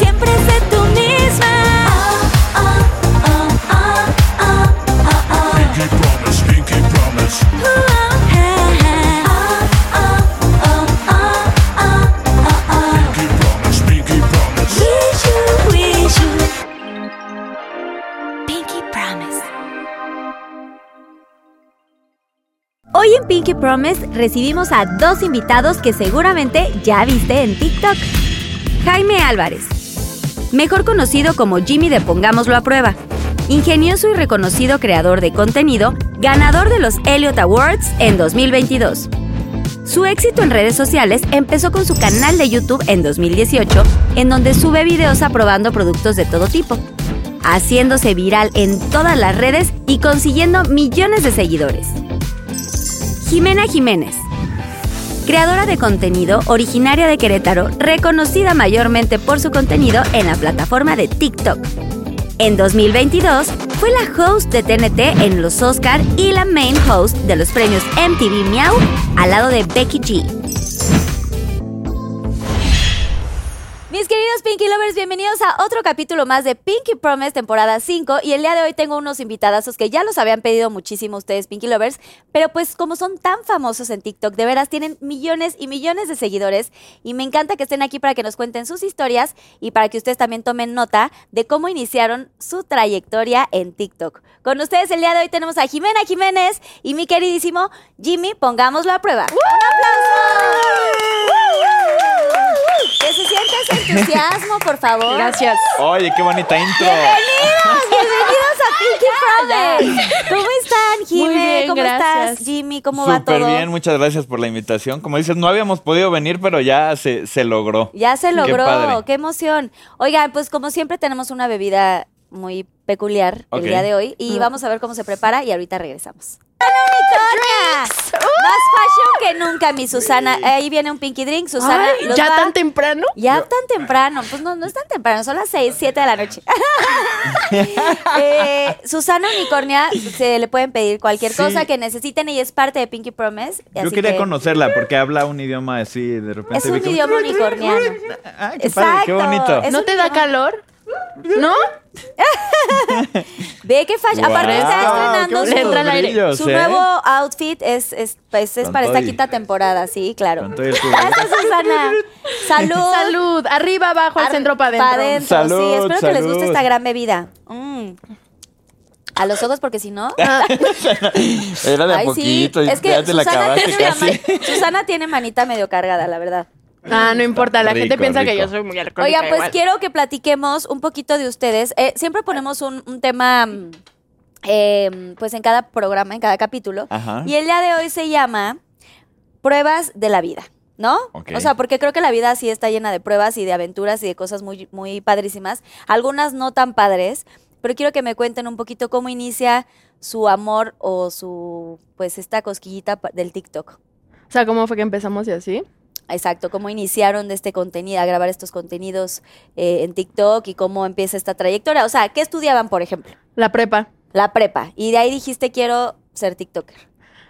siempre sé tú misma. Oh, oh, oh, oh, oh, oh, oh. Vicky promise, Vicky promise. Uh, oh, ah, ah. Oh, oh, oh, oh, oh, oh. Vicky promise, Vicky promise. Wish you, wish you. Pinky Promise. Hoy en Pinky Promise recibimos a dos invitados que seguramente ya viste en TikTok. Jaime Álvarez, mejor conocido como Jimmy de Pongámoslo a Prueba, ingenioso y reconocido creador de contenido, ganador de los Elliot Awards en 2022. Su éxito en redes sociales empezó con su canal de YouTube en 2018, en donde sube videos aprobando productos de todo tipo, haciéndose viral en todas las redes y consiguiendo millones de seguidores. Jimena Jiménez. Creadora de contenido originaria de Querétaro, reconocida mayormente por su contenido en la plataforma de TikTok. En 2022 fue la host de TNT en los Oscar y la main host de los premios MTV Miau al lado de Becky G. Mis queridos Pinky Lovers, bienvenidos a otro capítulo más de Pinky Promise, temporada 5. Y el día de hoy tengo unos invitadazos que ya los habían pedido muchísimo ustedes, Pinky Lovers. Pero pues como son tan famosos en TikTok, de veras tienen millones y millones de seguidores. Y me encanta que estén aquí para que nos cuenten sus historias y para que ustedes también tomen nota de cómo iniciaron su trayectoria en TikTok. Con ustedes el día de hoy tenemos a Jimena Jiménez y mi queridísimo Jimmy, pongámoslo a prueba. ¡Un aplauso! Que se sienta ese entusiasmo, por favor. Gracias. Oye, qué bonita intro. Bienvenidos, bienvenidos a Pinky Promise. ¿Cómo están, Jimmy? Muy bien, ¿Cómo gracias. estás, Jimmy? ¿Cómo va Súper todo? bien, muchas gracias por la invitación. Como dices, no habíamos podido venir, pero ya se, se logró. Ya se Qué logró, qué, padre. emoción. Oigan, pues como siempre tenemos una bebida muy peculiar Ok. el día de hoy Mm. y vamos a ver cómo se prepara y ahorita regresamos. ¡Unicornia! Más fashion que nunca, mi Susana. Ahí viene un Pinky Drink, Susana. Ay, los ¿Ya va- tan temprano? Ya tan temprano, pues no, no es tan temprano, son las 6, 7 de la noche. Eh, Susana Unicornia, se le pueden pedir cualquier Sí. cosa que necesiten, ella es parte de Pinky Promise. Yo así quería que conocerla porque habla un idioma así de repente. Es un vi que- idioma unicorniano. Ah, qué padre, qué Exacto. bonito. Es ¿No un te da idioma. calor? ¿No? Ve qué fashión. Guau, Aparte está estrenando qué su, bonito. Le entra el aire. brillos, su ¿eh? nuevo outfit, es, es, pues, es Con para esta todo y- quinta temporada, sí, claro. Con todo y el cubrebocas. Gracias, Susana. Salud. Salud. Arriba, abajo, al Ar- centro, para pa' adentro. Salud, sí, espero que les guste salud. esta gran bebida. Mm. A los ojos, porque si no. Era de a ay, sí. poquito, y Es que ya te la Susana, acabaste tiene la casi. man- Susana tiene manita medio cargada, la verdad. Ah, no importa. La gente Rico, piensa que rico. yo soy muy alcohólica. Oigan, pues igual. quiero que platiquemos un poquito de ustedes. Eh, siempre ponemos un, un tema, mm, eh, pues en cada programa, en cada capítulo. Ajá. Y el día de hoy se llama Pruebas de la vida, ¿no? Ok. O sea, porque creo que la vida sí está llena de pruebas y de aventuras y de cosas muy, muy padrísimas. Algunas no tan padres, pero quiero que me cuenten un poquito cómo inicia su amor o su, pues, esta cosquillita pa- del TikTok. O sea, ¿cómo fue que empezamos y así? Exacto, cómo iniciaron de este contenido, a grabar estos contenidos eh, en TikTok y cómo empieza esta trayectoria. O sea, ¿qué estudiaban, por ejemplo? La prepa. La prepa. Y de ahí dijiste, quiero ser TikToker.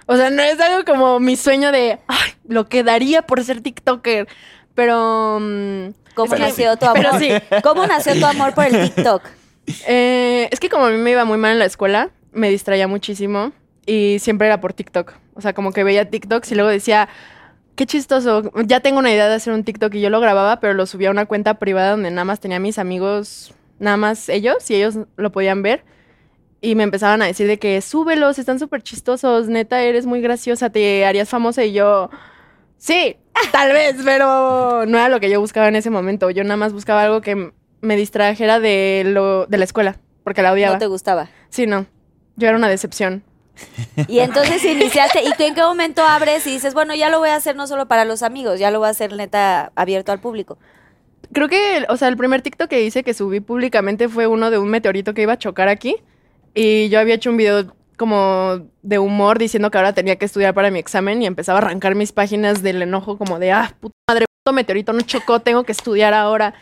O sea, no es algo como mi sueño de, ay, lo quedaría por ser TikToker. Pero, mm, ¿Cómo Pero nació tu amor? pero sí. ¿Cómo nació tu amor por el TikTok? eh, es que como a mí me iba muy mal en la escuela, me distraía muchísimo y siempre era por TikTok. O sea, como que veía TikToks y luego decía, qué chistoso, ya tengo una idea de hacer un TikTok y yo lo grababa, pero lo subía a una cuenta privada donde nada más tenía a mis amigos, nada más ellos, y ellos lo podían ver. Y me empezaban a decir de que súbelos, están súper chistosos, neta, eres muy graciosa, te harías famosa. Y yo, sí, tal vez, pero no era lo que yo buscaba en ese momento. Yo nada más buscaba algo que m- me distrajera de, lo, de la escuela, porque la odiaba. No te gustaba. Sí, no, yo era una decepción. Y entonces iniciaste. ¿Y tú en qué momento abres y dices, bueno, ya lo voy a hacer no solo para los amigos, ya lo voy a hacer neta abierto al público? Creo que, o sea, el primer TikTok que hice que subí públicamente fue uno de un meteorito que iba a chocar aquí. Y yo había hecho un video como de humor diciendo que ahora tenía que estudiar para mi examen y empezaba a arrancar mis páginas del enojo como de, ah, puta madre, puto meteorito no chocó, tengo que estudiar ahora.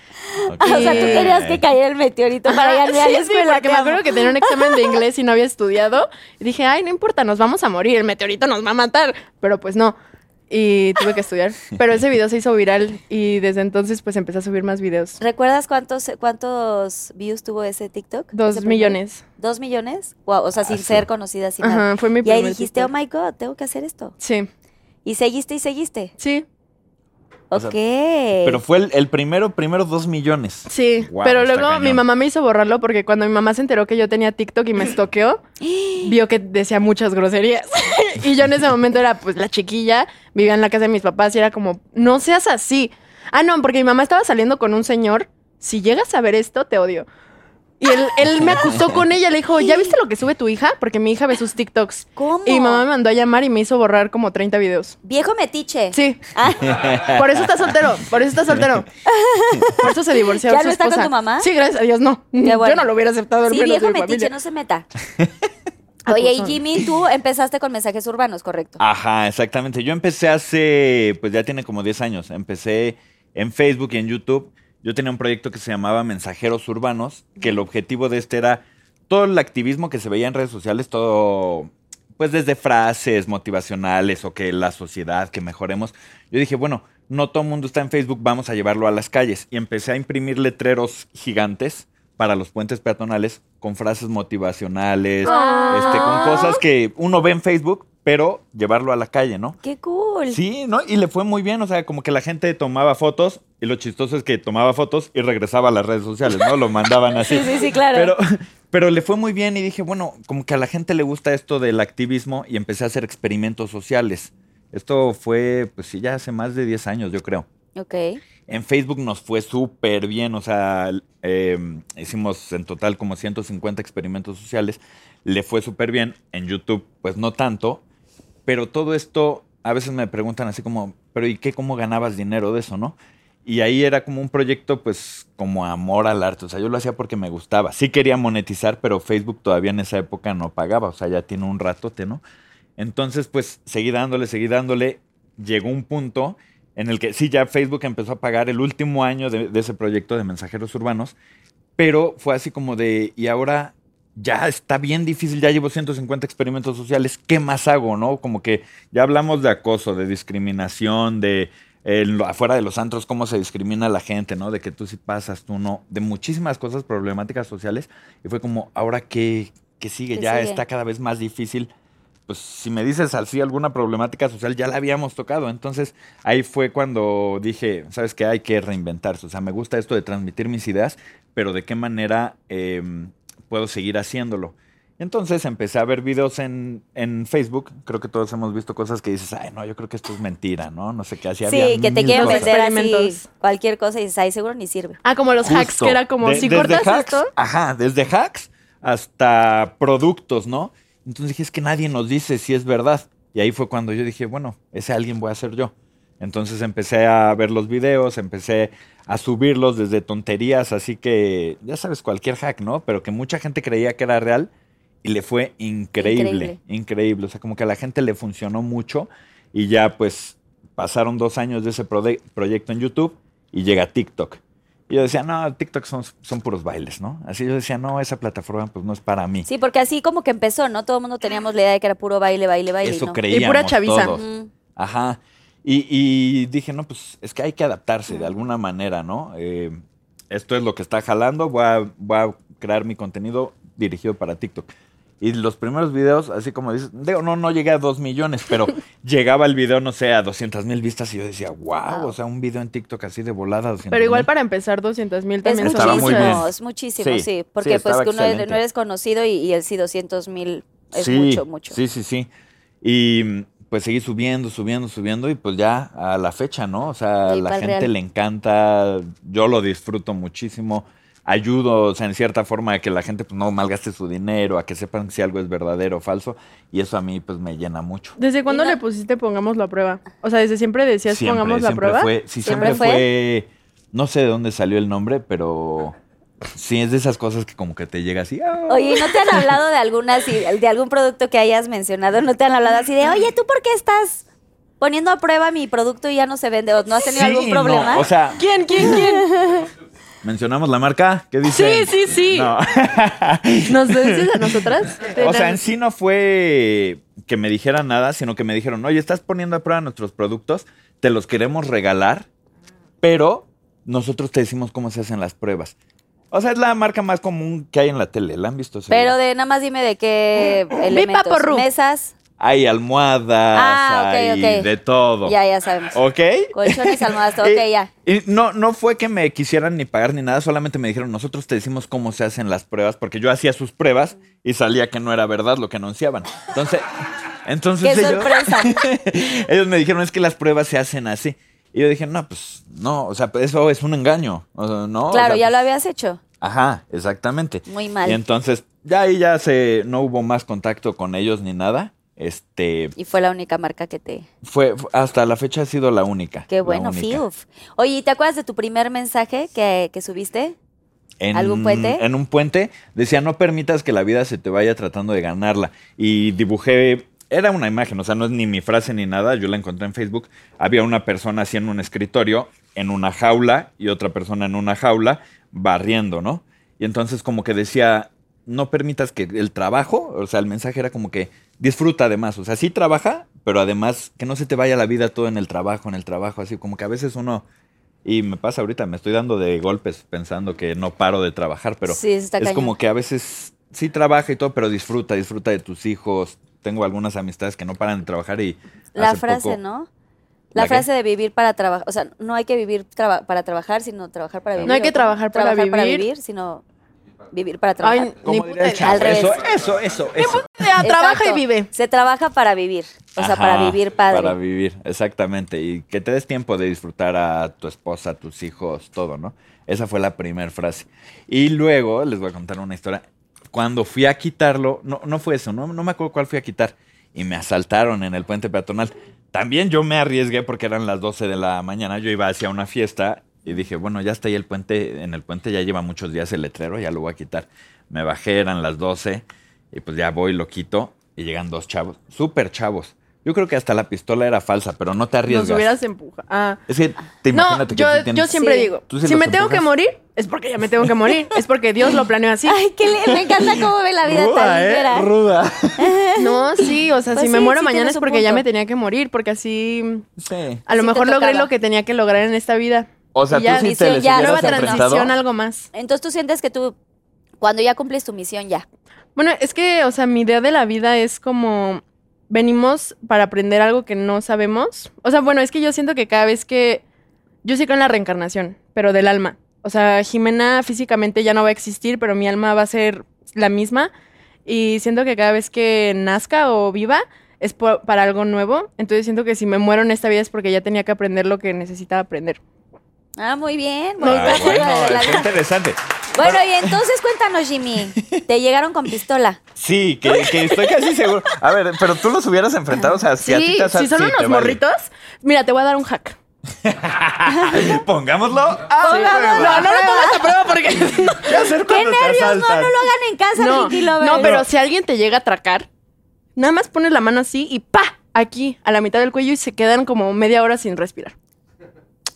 Ok. Ah, O sea, tú querías que cayera el meteorito para ir a la sí, sí, escuela. porque te me amo. acuerdo que tenía un examen de inglés y no había estudiado. Y dije, ay, no importa, nos vamos a morir, el meteorito nos va a matar. Pero pues no. Y tuve que estudiar. Pero ese video se hizo viral y desde entonces pues empecé a subir más videos. ¿Recuerdas cuántos, cuántos views tuvo ese TikTok? Dos Ese primer- millones. ¿Dos millones? Wow, o sea, sin Ah, sí. ser conocida, sin nada. Ajá, fue mi Y ahí primer dijiste, TikTok. oh my God, tengo que hacer esto. Sí, Y seguiste y seguiste. sí, O sea, ok. Pero fue el, el primero, primero dos millones. sí. Guau, Pero está luego mi cañón. mamá me hizo borrarlo porque cuando mi mamá se enteró que yo tenía TikTok y me estoqueó, vio que decía muchas groserías. y yo en ese momento era pues la chiquilla, vivía en la casa de mis papás y era como, no seas así. Ah, no, porque mi mamá estaba saliendo con un señor, si llegas a ver esto, te odio. Y él, él me acusó con ella, le dijo, ¿ya viste lo que sube tu hija? Porque mi hija ve sus TikToks. ¿Cómo? Y mi mamá me mandó a llamar y me hizo borrar como 30 videos. Viejo metiche. Sí, Ah, por eso está soltero, por eso está soltero. Por eso se divorció. ¿Ya su no está con esposa. tu mamá? Sí, gracias a Dios, no. bueno. Yo no lo hubiera aceptado. al sí, menos de viejo mi metiche, familia. no se meta. Oye, y Acusón. Jimmy, tú empezaste con mensajes urbanos, ¿correcto? Ah. Ajá, exactamente. Yo empecé hace, pues ya tiene como 10 años. Empecé en Facebook y en YouTube. Yo tenía un proyecto que se llamaba Mensajeros Urbanos, que el objetivo de este era todo el activismo que se veía en redes sociales, todo, pues desde frases motivacionales o que la sociedad, que mejoremos. Yo dije, bueno, no todo el mundo está en Facebook, vamos a llevarlo a las calles. Y empecé a imprimir letreros gigantes para los puentes peatonales con frases motivacionales, este, con Ah. cosas que uno ve en Facebook, pero llevarlo a la calle, ¿no? ¡Qué cool! Sí, ¿no? Y le fue muy bien, o sea, como que la gente tomaba fotos y lo chistoso es que tomaba fotos y regresaba a las redes sociales, ¿no? Lo mandaban así. Sí, sí, sí, claro. Pero, pero le fue muy bien y dije, bueno, como que a la gente le gusta esto del activismo y empecé a hacer experimentos sociales. Esto fue, pues sí, ya hace más de 10 años, yo creo. Ok. En Facebook nos fue súper bien, o sea, eh, hicimos en total como 150 experimentos sociales, le fue súper bien, en YouTube pues no tanto, pero todo esto a veces me preguntan así como, pero ¿y qué cómo ganabas dinero de eso, no? Y ahí era como un proyecto pues como amor al arte, o sea, yo lo hacía porque me gustaba, sí quería monetizar, pero Facebook todavía en esa época no pagaba, o sea, ya tiene un ratote, ¿no? Entonces, pues seguí dándole, seguí dándole. Llegó un punto en el que sí, ya Facebook empezó a pagar el último año de, de ese proyecto de mensajeros urbanos, pero fue así como de, y ahora ya está bien difícil, ya llevo 150 experimentos sociales, ¿qué más hago, no? Como que ya hablamos de acoso, de discriminación, de eh, lo- afuera de los antros, cómo se discrimina a la gente, ¿no? De que tú sí pasas, tú no, de muchísimas cosas problemáticas sociales, y fue como, ahora qué, qué sigue, ¿Qué ya sigue? está cada vez más difícil pues si me dices así alguna problemática social, ya la habíamos tocado. Entonces ahí fue cuando dije, ¿sabes qué? Hay que reinventarse. O sea, me gusta esto de transmitir mis ideas, pero ¿de qué manera eh, puedo seguir haciéndolo? Entonces empecé a ver videos en, en Facebook. Creo que todos hemos visto cosas que dices, ay, no, yo creo que esto es mentira, ¿no? No sé qué hacía. Sí, que te quieren cosas. vender así Experimentos. cualquier cosa y dices, ay, seguro ni sirve. Ah, como los hacks, Justo. que era como, De- si desde cortas hacks, esto... Ajá, desde hacks hasta productos, ¿no? Entonces dije, es que nadie nos dice si es verdad. Y ahí fue cuando yo dije, bueno, ese alguien voy a ser yo. Entonces empecé a ver los videos, empecé a subirlos desde tonterías, así que ya sabes, cualquier hack, ¿no? Pero que mucha gente creía que era real y le fue increíble, Increíble. increíble. O sea, como que a la gente le funcionó mucho y ya pues pasaron dos años de ese prode- proyecto en YouTube y llega TikTok. Y yo decía, no, TikTok son, son puros bailes, ¿no? Así yo decía, no, esa plataforma pues no es para mí. Sí, porque así como que empezó, ¿no? Todo el mundo teníamos la idea de que era puro baile, baile, baile. Eso ¿no? creíamos Y pura chaviza. todos. Mm. Ajá. Y, y dije, no, pues es que hay que adaptarse de alguna manera, ¿no? Eh, esto es lo que está jalando, voy a, voy a crear mi contenido dirigido para TikTok. Y los primeros videos, así como dices, digo, no, no llegué a dos millones, pero llegaba el video, no sé, a 200 mil vistas y yo decía, wow, o sea, un video en TikTok así de volada. 200,000". Pero igual para empezar 200 mil Es también son Estaba muy bien. muchísimo, muchas. es muchísimo, sí. Sí, porque sí, pues estaba que uno eres- excelente. no eres conocido y, y el sí 200 mil es mucho, mucho. Sí, sí, sí. Y mm, pues seguí subiendo, subiendo, subiendo y pues ya a la fecha, ¿no? O sea, a Sí, la pa'l gente real. le encanta, yo lo disfruto muchísimo, ayudo, o sea, en cierta forma a que la gente pues, no malgaste su dinero, a que sepan si algo es verdadero o falso y eso a mí pues me llena mucho. ¿Desde cuándo Y no- le pusiste pongamos la prueba? O sea, desde siempre decías pongamos la siempre prueba. fue, sí, ¿Siempre siempre fue? fue, no sé de dónde salió el nombre, pero Sí, es de esas cosas que como que te llega así. ah. Oye, ¿y ¿no te han hablado de alguna así- de algún producto que hayas mencionado? ¿No te han hablado así Ah. de, oye, ¿tú por qué estás poniendo a prueba mi producto y ya no se vende? ¿O no has tenido Sí, algún no, problema? o sea, ¿Quién, quién, quién? mencionamos la marca. ¿Qué dice? Sí, sí, sí. No. ¿Nos lo dices a nosotras? O sea, en sí no fue que me dijeran nada, sino que me dijeron, oye, estás poniendo a prueba nuestros productos, te los queremos regalar, pero nosotros te decimos cómo se hacen las pruebas. O sea, es la marca más común que hay en la tele, ¿la han visto? seguro? Pero de nada más dime de qué elementos. Paporru. Mesas. Hay almohadas, Ah, ok, hay ok. de todo. Ya, ya sabemos. ¿Ok? Colchones, almohadas, todo, Y- ok, ya. Y no, no fue que me quisieran ni pagar ni nada, solamente me dijeron, nosotros te decimos cómo se hacen las pruebas, porque yo hacía sus pruebas y salía que no era verdad lo que anunciaban. Entonces, entonces ¡Qué ellos, sorpresa! ellos me dijeron, es que las pruebas se hacen así. Y yo dije, no, pues no, o sea, eso es un engaño. o sea, no, o Claro, sea, ya pues, lo habías hecho. Ajá, exactamente. Muy mal. Y entonces, ya ahí ya se, no hubo más contacto con ellos ni nada. Este, Y fue la única marca que te... fue, fue- hasta la fecha ha sido la única. Qué la bueno, única. fiuf. Oye, ¿y ¿te acuerdas de tu primer mensaje que, que subiste? en, ¿Algún puente? En un puente decía, no permitas que la vida se te vaya tratando de ganarla. Y dibujé, era una imagen, o sea, no es ni mi frase ni nada, yo la encontré en Facebook. Había una persona así en un escritorio, en una jaula, y otra persona en una jaula, barriendo, ¿no? Y entonces como que decía, no permitas que el trabajo, o sea, el mensaje era como que disfruta además, o sea, sí trabaja, pero además que no se te vaya la vida todo en el trabajo, en el trabajo, así como que a veces uno... Y me pasa ahorita, me estoy dando de golpes pensando que no paro de trabajar, pero Sí, está es cañón. como que a veces sí trabaja y todo, pero disfruta, disfruta de tus hijos. Tengo algunas amistades que no paran de trabajar y... La hace frase, poco- ¿no? La, ¿La qué? frase de vivir para trabajar. O sea, no hay que vivir traba- para trabajar, sino trabajar para vivir. hay ¿o que cómo? trabajar para vivir. sino vivir para trabajar. Ay, ni ¿Cómo diría puta el chavo? Al revés. Eso, eso, eso, eso. idea. Trabaja y Exacto. vive. Se trabaja para vivir. O sea, para Ajá, vivir padre. Para vivir, exactamente. Y que te des tiempo de disfrutar a tu esposa, a tus hijos, todo, ¿no? Esa fue la primera frase. Y luego les voy a contar una historia. Cuando fui a quitarlo, no, no fue eso, no, no me acuerdo cuál fui a quitar. Y me asaltaron en el puente peatonal. También yo me arriesgué porque eran las 12 de la mañana. Yo iba hacia una fiesta y dije, bueno, ya está ahí el puente. En el puente ya lleva muchos días el letrero, ya lo voy a quitar. Me bajé, eran las 12. Y pues ya voy, lo quito. Y llegan dos chavos, súper chavos. Yo creo que hasta la pistola era falsa, pero no te Nos arriesgas. hubieras empujado. Ah. Es que te No, imagínate que yo, sí tienes- yo siempre Sí. digo, Tú sí si los me tengo que empujas. morir, es porque ya me tengo que morir, es porque Dios lo planeó así. Ay, que le- me encanta cómo ve la vida tan ¿eh? ligera. Ruda. No, sí, o sea, Pues si me sí, muero sí mañana tienes es un porque ya punto. me tenía que morir, porque así Sí. a lo Sí te mejor logré tocaba. lo que tenía que lograr en esta vida. O sea, Y ya, tú sí dice, te les ya, hubieras nueva enfrentado. transición, algo más. Entonces tú sientes que tú, cuando ya cumples tu misión, ya. Bueno, es que, o sea, mi idea de la vida es como venimos para aprender algo que no sabemos. O sea, bueno, es que yo siento que cada vez que yo sí creo en la reencarnación, pero del alma. O sea, Jimena físicamente ya no va a existir, pero mi alma va a ser la misma. Y siento que cada vez que nazca o viva es por- para algo nuevo. Entonces siento que si me muero en esta vida es porque ya tenía que aprender lo que necesitaba aprender. Ah, muy bien. Ah, muy bien. bueno, La- está interesante. Bueno, y entonces cuéntanos, Jimmy. Te llegaron con pistola. Sí, que, que estoy casi seguro. A ver, pero tú los hubieras enfrentado, o sea, si a ti Sí, te asa- si son sí, te unos vale. morritos, mira, te voy a dar un hack. Ah, Pongámoslo. Sí. Ah, No, no lo pongas a prueba porque ¿Qué ¡Qué hacer cuando te nervios! No, no asaltan? lo hagan en casa, No, Ricky Lover. no, pero si alguien te llega a atracar, nada más pones la mano así y ¡pa! Aquí, a la mitad del cuello y se quedan como media hora sin respirar.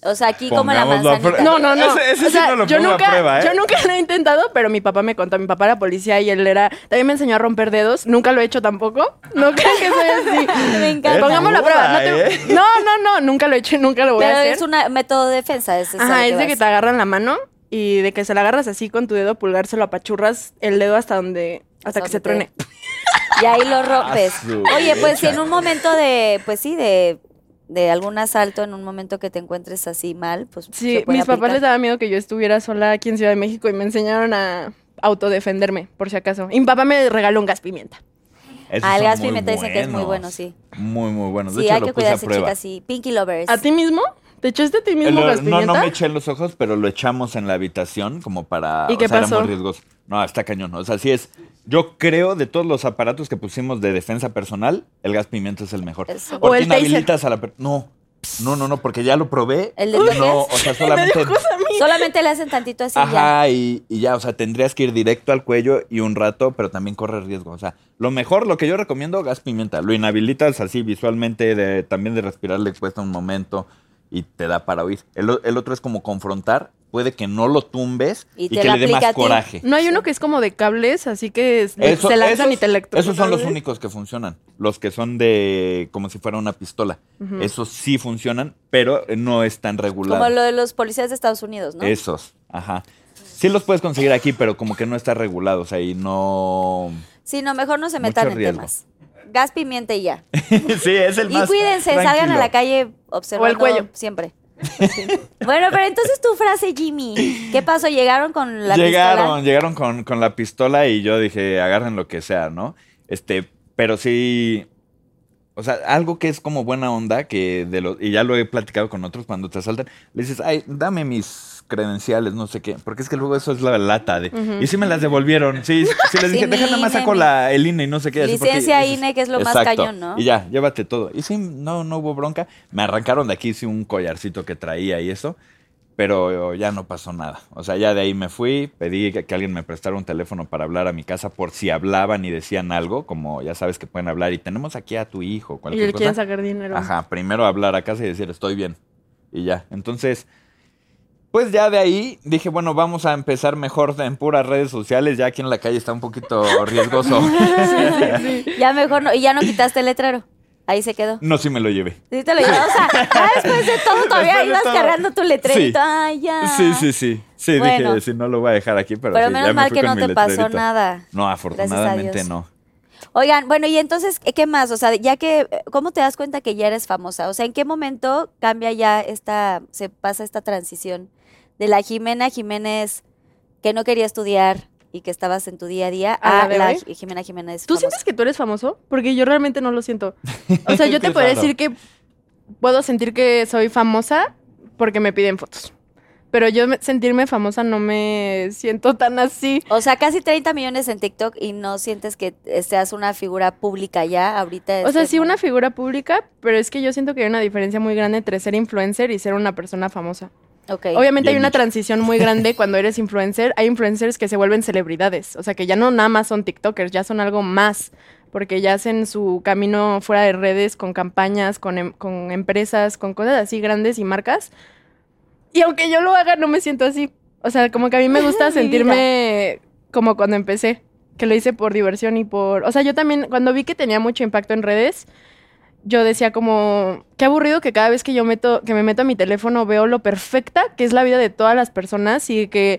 O sea, aquí como la Pongámoslo a manzanita. No, prueba. no, no. Ese- ese sí no lo yo pongo a nunca, prueba, ¿eh? yo nunca lo he intentado, pero mi papá me contó. Mi papá era policía y él era. También me enseñó a romper dedos. Nunca lo he hecho tampoco. No creo que soy así. Me encanta. Eres ¿eh? Pongámoslo a prueba. No, ruda, te- no, no, no, Nunca lo he hecho y nunca lo voy Pero a hacer. es un método de defensa. Es, Ajá, es de que te agarran la mano y de que se la agarras así con tu dedo pulgar, se lo apachurras el dedo hasta donde. Hasta Hasta que se donde te- truene. Y ahí lo rompes. A Ah, su Oye, pues si derecha. en un momento de, pues sí, de, de algún asalto, en un momento que te encuentres así mal, pues Sí, se puede mis papás aplicar. les daba miedo que yo estuviera sola aquí en Ciudad de México y me enseñaron a autodefenderme, por si acaso. Y mi papá me regaló un gas pimienta. Esos Ah, el son gas muy pimienta dicen que es muy buenos. bueno, sí. Muy, muy bueno. De Sí, hecho, hay lo que puse a cuidarse, prueba. chicas, sí. Pinky Lovers. ¿A ti mismo? ¿Te echaste a ti mismo Lo- gas no, pimienta? no me eché los ojos, pero lo echamos en la habitación como para. ¿Y o qué sea, pasó? Era muy riesgoso. No, está cañón. O sea, sí es. Yo creo de todos los aparatos que pusimos de defensa personal, el gas pimienta es el mejor. Es- Porque O el taser. inhabilitas a la per- No. No, no, no, porque ya lo probé. ¿El de No, Tigres? o sea, solamente. Solamente le hacen tantito así ya. Ajá, y, y ya, o sea, tendrías que ir directo al cuello y un rato, pero también corre riesgo. O sea, lo mejor, lo que yo recomiendo, gas pimienta. Lo inhabilitas así visualmente, de- también de respirar le cuesta un momento y te da para oír. El, o- el otro es como confrontar, puede que no lo tumbes Y y, te que la le dé aplica a más ti. Mm, coraje. No hay uno que es como de cables, así que es- Eso- se lanzan esos- y te electrocutan. Esos son los ¿eh? únicos que funcionan. Los que son de como si fuera una pistola. Esos sí funcionan, pero no es tan regular. Como lo de los policías de Estados Unidos, ¿no? Esos, ajá. Sí los puedes conseguir aquí, pero como que no está regulado, o sea, y no... Sí, no, mejor no se Mucho metan en riesgo. temas. Gas, pimienta y ya. sí, es el Y cuídense, salgan a la calle observando O el cuello. siempre. Pues bueno, pero entonces tu frase, Jimmy. ¿Qué pasó? ¿Llegaron con la llegaron, pistola? llegaron con, con la pistola y yo dije, agarren lo que sea, ¿no? Este, pero sí, o sea, algo que es como buena onda, que de los, y ya lo he platicado con otros, cuando te asaltan, le dices, ay, dame mis credenciales, no sé qué, porque es que luego eso es la lata de, y sí me las devolvieron, sí, sí, sí les Sí, dije, mi déjame más INE, saco mi- la, el INE y no sé qué. así, porque Licencia dices, INE, que es lo más "Exacto". cañón, ¿no? Y ya, llévate todo. Y sí, no, no hubo bronca, me arrancaron de aquí, sí, un collarcito que traía y eso, pero ya no pasó nada. O sea, ya de ahí me fui, pedí que, que alguien me prestara un teléfono para hablar a mi casa por si hablaban y decían algo, como ya sabes que pueden hablar y tenemos aquí a tu hijo, Y cualquier le cosa. quieren sacar dinero. Ajá, primero hablar a casa y decir estoy bien. Y ya. Entonces, pues ya de ahí dije, bueno, vamos a empezar mejor en puras redes sociales. Ya aquí en la calle está un poquito riesgoso. Ya mejor no. Y ya no quitaste el letrero. Ahí se quedó. no, sí me lo llevé. Sí, te lo llevas. O sea, ya después de todo todavía Después de ibas todo. cargando tu letrerito. Sí. Ay, ya. Sí, sí, sí. Sí, Bueno. dije, si no lo voy a dejar aquí, pero, Pero sí, ya menos me mal fui que con no mi te pasó letrerito. nada. Gracias No, a afortunadamente Dios. no. Oigan, bueno, y entonces, eh, ¿qué- ¿qué más? O sea, ya que, eh, ¿cómo te das cuenta que ya eres famosa? O sea, ¿en qué momento cambia ya esta, se pasa esta transición de la Jimena Jiménez que no quería estudiar y que estabas en tu día a día ¿A la a de la hoy? Ji- Jimena Jiménez ¿Tú famosa? sientes que tú eres famoso? Porque yo realmente no lo siento. O sea, yo te Qué podría raro. decir que puedo sentir que soy famosa porque me piden fotos. Pero yo me- sentirme famosa no me siento tan así. O sea, casi 30 millones en TikTok y no sientes que eh, seas una figura pública ya ahorita. O sea, este- sí una figura pública, pero es que yo siento que hay una diferencia muy grande entre ser influencer y ser una persona famosa. Ok. Obviamente hay Bien una dicho. transición muy grande cuando eres influencer. Hay influencers que se vuelven celebridades. O sea, que ya no nada más son TikTokers, ya son algo más. Porque ya hacen su camino fuera de redes, con campañas, con, em- con empresas, con cosas así grandes y marcas. Y aunque yo lo haga, no me siento así. O sea, como que a mí me gusta Mi sentirme como cuando empecé, que lo hice por diversión y por... O sea, yo también, cuando vi que tenía mucho impacto en redes, yo decía como, qué aburrido que cada vez que yo meto, que me meto a mi teléfono veo lo perfecta que es la vida de todas las personas y que,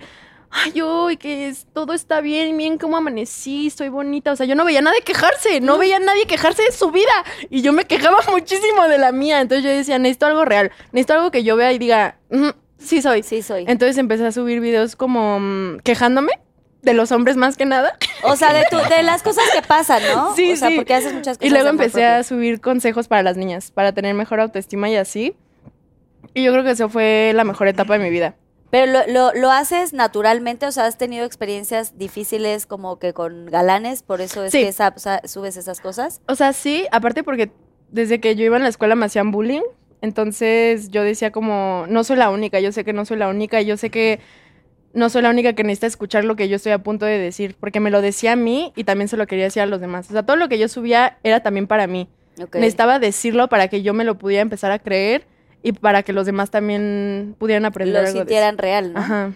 ay, uy, que es- todo está bien, miren cómo amanecí, estoy bonita. O sea, yo no veía a nadie quejarse, no veía a nadie quejarse de su vida y yo me quejaba muchísimo de la mía. Entonces yo decía, necesito algo real, necesito algo que yo vea y diga, "Ujú, sí soy. Sí soy. Entonces empecé a subir videos como mm, quejándome de los hombres más que nada. O sea, de, tu- de las cosas que pasan, ¿no? Sí, o sea, sí. porque haces muchas cosas. Y luego de amor empecé a subir consejos para las niñas, para tener mejor autoestima y así. Y yo creo que eso fue la mejor etapa de mi vida. Pero lo, lo, lo haces naturalmente, o sea, has tenido experiencias difíciles como que con galanes, por eso es Sí. que esa- o sea, subes esas cosas. O sea, sí, aparte porque desde que yo iba a la escuela me hacían bullying. Entonces yo decía como, no soy la única, yo sé que no soy la única, y yo sé que no soy la única que necesita escuchar lo que yo estoy a punto de decir, porque me lo decía a mí y también se lo quería decir a los demás. O sea, todo lo que yo subía era también para mí. Ok. Necesitaba decirlo para que yo me lo pudiera empezar a creer y para que los demás también pudieran aprender lo algo de eso. sintieran real, ¿no? Ajá.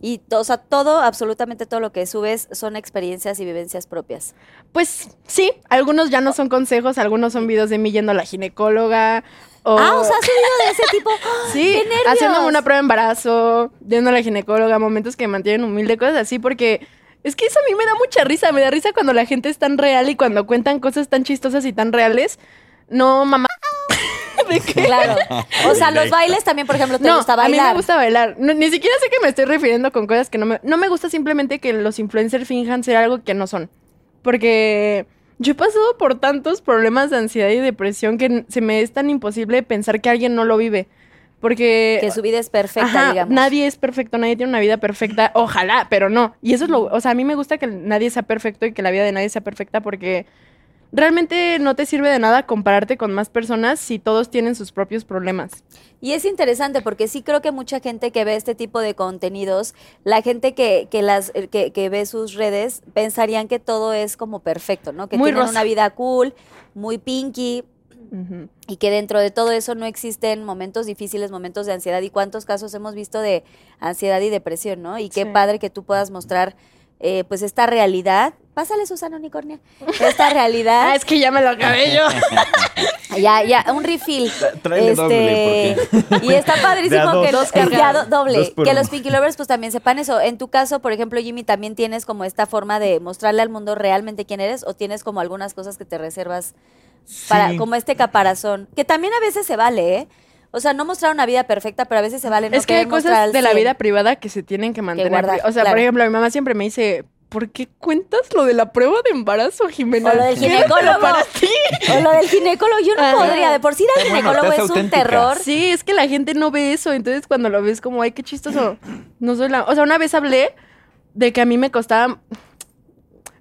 Y, to- o sea, todo, absolutamente todo lo que subes son experiencias y vivencias propias. Pues sí, algunos ya no son consejos, algunos son videos de mí yendo a la ginecóloga. O, Ah, o sea, has subido de ese tipo. ¡Ah! sí, ¡Qué nervios! haciendo una prueba de embarazo, yendo a la ginecóloga, momentos que me mantienen humilde, cosas así, porque es que eso a mí me da mucha risa. Me da risa cuando la gente es tan real y cuando cuentan cosas tan chistosas y tan reales. No, mamá. ¿De qué? Claro. O sea, los bailes también, por ejemplo, te gusta bailar. A mí me gusta bailar. No, ni siquiera sé que me estoy refiriendo con cosas que no me. No me gusta simplemente que los influencers finjan ser algo que no son. Porque yo he pasado por tantos problemas de ansiedad y depresión que n- se me es tan imposible pensar que alguien no lo vive. Porque. Que su vida es perfecta, Ajá, digamos. Nadie es perfecto, nadie tiene una vida perfecta. Ojalá, pero no. Y eso es lo. O sea, a mí me gusta que nadie sea perfecto y que la vida de nadie sea perfecta porque realmente no te sirve de nada compararte con más personas si todos tienen sus propios problemas. Y es interesante porque sí creo que mucha gente que ve este tipo de contenidos, la gente que, que las eh, que, que ve sus redes, pensarían que todo es como perfecto, ¿no? Que Muy tienen rosa. una vida cool, muy pinky, Ujú. y que dentro de todo eso no existen momentos difíciles, momentos de ansiedad y cuántos casos hemos visto de ansiedad y depresión, ¿no? Y qué Sí. padre que tú puedas mostrar eh, pues esta realidad. Pásale, Susana Unicornia. Esta realidad. Ah, es que ya me lo acabé yo. Ya, ya, un refill. Tráele doble, Este, Y está De a padrísimo dos. que, Dos que cargadas. de a do- doble, Dos por que uno. los Pinky Lovers pues también sepan eso. En tu caso, por ejemplo, Jimmy, también tienes como esta forma de mostrarle al mundo realmente quién eres o tienes como algunas cosas que te reservas para Sí. como este caparazón, que también a veces se vale, ¿eh? O sea, no mostrar una vida perfecta, pero a veces se vale no es que hay querer mostrar cosas al de la 100. vida privada que se tienen que mantener. guardar, o sea, claro. por ejemplo, mi mamá siempre me dice, ¿por qué cuentas lo de la prueba de embarazo, Jimena? O lo del Quédatelo ginecólogo. para ti. O lo del ginecólogo, yo no Ajá. podría, de por sí ir al Está bueno, ginecólogo estás es un auténtica. terror. Sí, es que la gente no ve eso. Entonces, cuando lo ves, como, ay, qué chistoso. No soy la. O sea, una vez hablé de que a mí me costaba.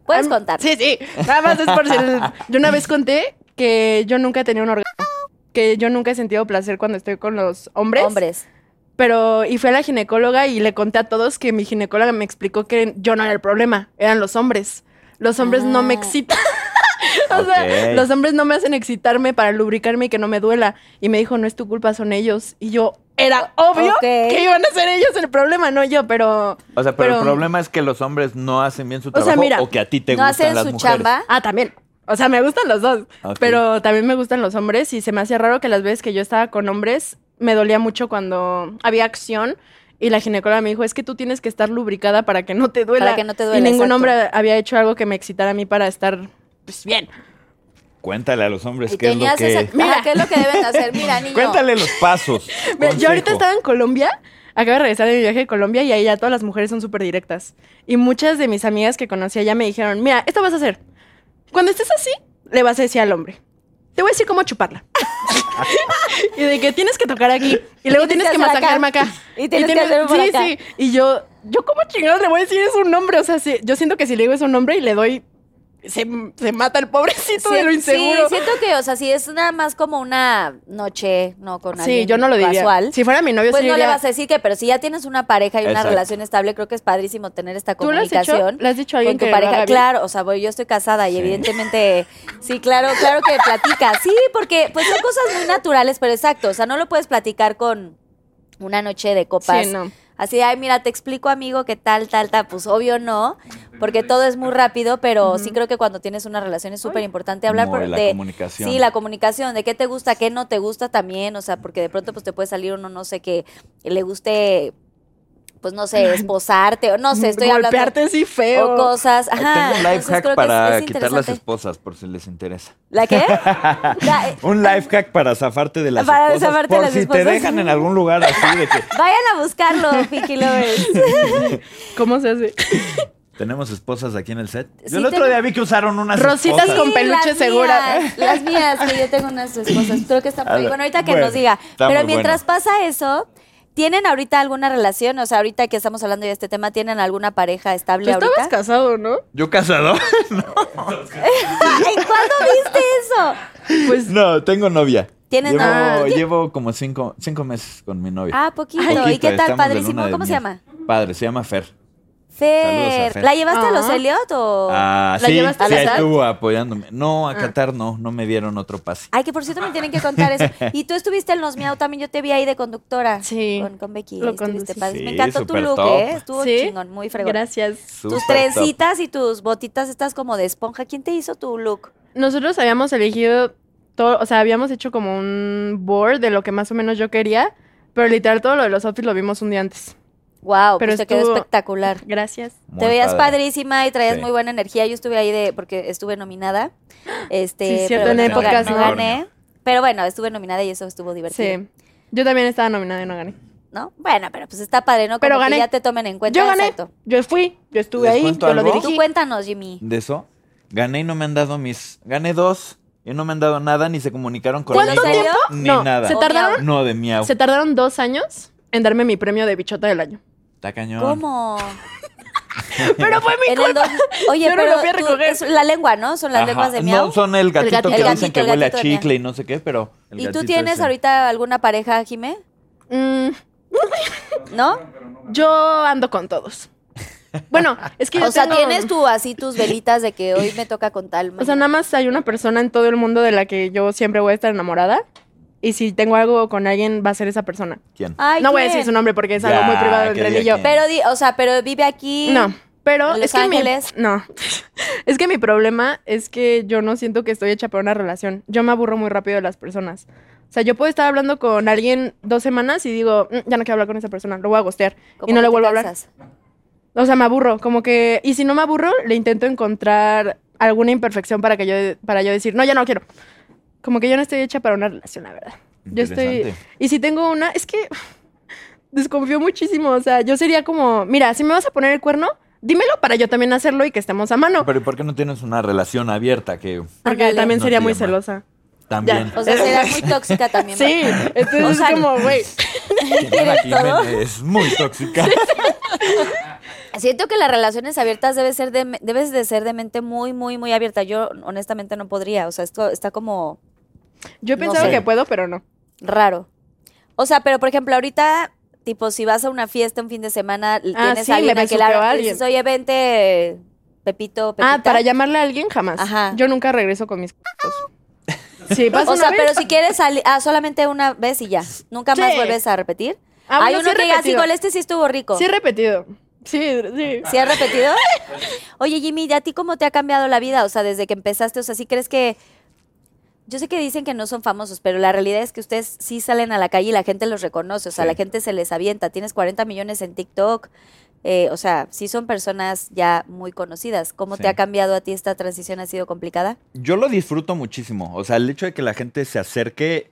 Puedes am- contar. Sí, sí. Nada más es por si. Yo una vez conté que yo nunca tenía un orgasmo. Que yo nunca he sentido placer cuando estoy con los hombres. Hombres. Pero. Y fui a la ginecóloga y le conté a todos que mi ginecóloga me explicó que yo no era el problema. Eran los hombres. Los hombres no me Ah. excitan. Este, O sea, Ok. los hombres no me hacen excitarme para lubricarme y que no me duela. Y me dijo, no es tu culpa, son ellos. Y yo, era obvio Ok. que iban a ser ellos el problema, no yo, pero... O sea, pero, Pero- el problema es que los hombres no hacen bien su sea, trabajo o, mira, que a ti te no gustan hacen las su mujeres. chamba. Ah, también. O sea, me gustan los dos. Ok. Pero también me gustan los hombres y se me hacía raro que las veces que yo estaba con hombres me dolía mucho cuando había acción. Y la ginecóloga me dijo, es que tú tienes que estar lubricada para que no te duela. Para que no te duela, Y ningún exacto. hombre había hecho algo que me excitara a mí para estar, pues, bien. Cuéntale a los hombres Y qué es lo tenías que... esa... Mira, ¿qué es lo que deben hacer? Mira, niño. Cuéntale los pasos. Mira, yo ahorita consejo. estaba en Colombia, acabo de regresar de mi viaje a Colombia y ahí ya todas las mujeres son súper directas. Y muchas de mis amigas que conocía ya me dijeron, mira, esto vas a hacer. Cuando estés así, le vas a decir al hombre, te voy a decir cómo chuparla. y de que tienes que tocar aquí y luego Tienes tienes, que que, hacer masajearme acá. acá. Y tienes que hacer por Sí, acá. sí. Y yo, yo como chingados le voy a decir es un nombre, o sea, sí, yo siento que si le digo es un nombre y le doy se, se mata el pobrecito de lo Sien- inseguro. Sí, siento que, o sea, si es nada más como una noche, no con Sí, alguien yo no lo diría. casual, Si fuera mi novio, pues sí no le diría, vas a decir que, pero si ya tienes una pareja y una Exacto. relación estable, creo que es padrísimo tener esta ¿Tú lo has comunicación. hecho? ¿Le has dicho a alguien con tu que lo pareja, haga bien? claro, o sea, voy- yo estoy casada y evidentemente, sí, claro, claro que platica, sí, porque pues son cosas muy naturales, pero exacto, o sea, no lo puedes platicar con una noche de copas, Sí, no. así, ay, mira, te explico, amigo, que tal, tal, tal, pues obvio no, porque todo es muy rápido, pero sí creo que cuando tienes una relación es súper importante hablar Como por- de la de comunicación. Sí, la comunicación, de qué te gusta, qué no te gusta también, o sea, porque de pronto pues te puede salir uno, no sé, que le guste, pues no sé, esposarte, o no sé, estoy hablando... Golpearte sí feo. O cosas, Tengo ajá. un life entonces creo hack que es- para es quitar las interesante. esposas, por si les interesa. ¿La qué? La- eh, Un life hack para zafarte de las Para esposas. zafarte de por las si esposas. te dejan en algún lugar así de que Vayan a buscarlo, Pinky Lovers. ¿Cómo se hace? tenemos esposas aquí en el set. Yo Sí, el otro tengo- día vi que usaron unas Rositas esposas. con Sí, peluche las segura. mías, las mías, que yo tengo unas esposas. Creo que está por ahí. Bueno, ahorita que Bueno, nos diga. está Pero muy mientras pasa eso, ¿tienen ahorita alguna relación? O sea, ahorita que estamos hablando de este tema, ¿tienen alguna pareja estable Tú estabas ahorita? casado, ¿no? Yo casado. Ay, ¿Cuándo viste eso? Pues no, tengo novia. ¿Tienes llevo, novia? llevo como cinco, cinco meses con mi novia. Ah, poquito. ¿Y Poquito, qué tal? estamos de luna Padrísimo. de ¿Cómo se miel. llama? Padre, se llama Fer. Fer. Fer. ¿La llevaste a los Ah. Elliot o...? Ah, ¿La sí, llevaste a sí, la SAT? estuvo apoyándome. Ah. No, a Qatar no, no me dieron otro pase. Ay, que por cierto me tienen que contar eso. Y tú estuviste en los Miau también, yo te vi ahí de conductora. Sí. Con, con Becky. Lo ahí estuviste conducí. padre. me Sí, encantó tu súper look, top. ¿eh? Estuvo Sí. chingón, muy fregón. gracias. Súper Tus top. trencitas y tus botitas estas como de esponja. ¿Quién te hizo tu look? Nosotros habíamos elegido todo, o sea, habíamos hecho como un board de lo que más o menos yo quería, pero literal todo lo de los outfits lo vimos un día antes. Wow, Pero pues te quedó estuvo- espectacular. Gracias. Muy te veías padre. padrísima y traías Sí. muy buena energía. Yo estuve ahí de porque estuve nominada. Este, Sí, cierto, pero en el no gané, podcast, no ¿no? gané. Pero bueno, estuve nominada y eso estuvo divertido, Sí. Yo también estaba nominada y no gané. ¿no? Bueno, pero pues está padre, ¿no? Como Pero que gané. ya te tomen en cuenta. yo gané. Exacto. Yo fui, yo estuve ¿Les ahí, cuento yo lo algo? Tú dirigí. cuéntanos, Jimmy. de eso. Gané y no me han dado mis. Gané dos y no me han dado nada, ni se comunicaron con ¿Cuánto ellos, tiempo? Ni No, nada. se tardaron, No, de miau. se tardaron dos años en darme mi premio de bichota del año. Está cañón. ¿Cómo? Pero fue mi En el culpa. dos- Oye, Yo no pero lo fui a tú- recoger. es la lengua, ¿no? Son las Ajá. lenguas de miau. No, son el gatito, gatito. que El dicen gatito, que el huele a gatito de miau. chicle y no sé qué, pero. el ¿Y tú gatito tienes ese. ahorita alguna pareja, Jimé? Mm, ¿No? yo ando con todos. Bueno, es que yo O sea, tengo- tienes tú así tus velitas de que hoy me toca con tal. O sea, nada más hay una persona en todo el mundo de la que yo siempre voy a estar enamorada. Y si tengo algo con alguien, va a ser esa persona. ¿Quién? Ay, no voy a ¿quién? decir su nombre porque es Ya, algo muy privado que entre él diga y yo. quién. Pero, di- o sea, pero vive aquí. No, pero ¿En Los es que Ángeles? mi no. Es que mi problema es que yo no siento que estoy hecha para una relación. Yo me aburro muy rápido de las personas. O sea, yo puedo estar hablando con alguien dos semanas y digo, "Mm, ya no quiero hablar con esa persona, lo voy a gostear. ¿Cómo Y no que le te vuelvo a hablar. cansas? O sea, me aburro, como que... Y si no me aburro, le intento encontrar alguna imperfección para que yo, para yo decir, no, ya no quiero. Como que yo no estoy hecha para una relación, la verdad. Yo estoy... Interesante. Y si tengo una, es que desconfío muchísimo. O sea, yo sería como, mira, si me vas a poner el cuerno, dímelo para yo también hacerlo y que estemos a mano. Pero ¿y por qué no tienes una relación abierta? Que Porque Ándale. también No sería te muy llama. celosa. también. O sea, será muy tóxica también. Sí, entonces O sea, es como, güey. Jimena Jiménez es muy tóxica. Siento que las relaciones abiertas debe ser de, debes de ser de mente muy, muy, muy abierta. Yo honestamente no podría. O sea, esto está como Yo he No pensado sé. que puedo, pero no. raro. O sea, pero por ejemplo, ahorita, tipo, si vas a una fiesta un fin de semana, l- Ah, tienes sí, a alguien le a que besuqueo la- a que alguien. dices, oye, vente, eh, Pepito, Pepita. Ah, para llamarle a alguien jamás. Ajá. Yo nunca regreso con mis cosas. Sí, pasa O sea, una pero vez. si quieres salir, ah, solamente una vez y ya. Nunca más Sí. vuelves a repetir. Ah, Hay bueno, uno sí he que diga, sí, repetido. con este sí estuvo rico. Sí he repetido. Sí, sí. ¿Sí has repetido? Oye, Jimmy, ¿y a ti cómo te ha cambiado la vida? O sea, desde que empezaste, o sea, ¿sí crees que...? Yo sé que dicen que no son famosos, pero la realidad es que ustedes sí salen a la calle y la gente los reconoce, o sea, Sí. la gente se les avienta. Tienes 40 millones en TikTok, eh, o sea, sí son personas ya muy conocidas. ¿Cómo Sí. te ha cambiado a ti esta transición? ¿Ha sido complicada? Yo lo disfruto muchísimo. O sea, el hecho de que la gente se acerque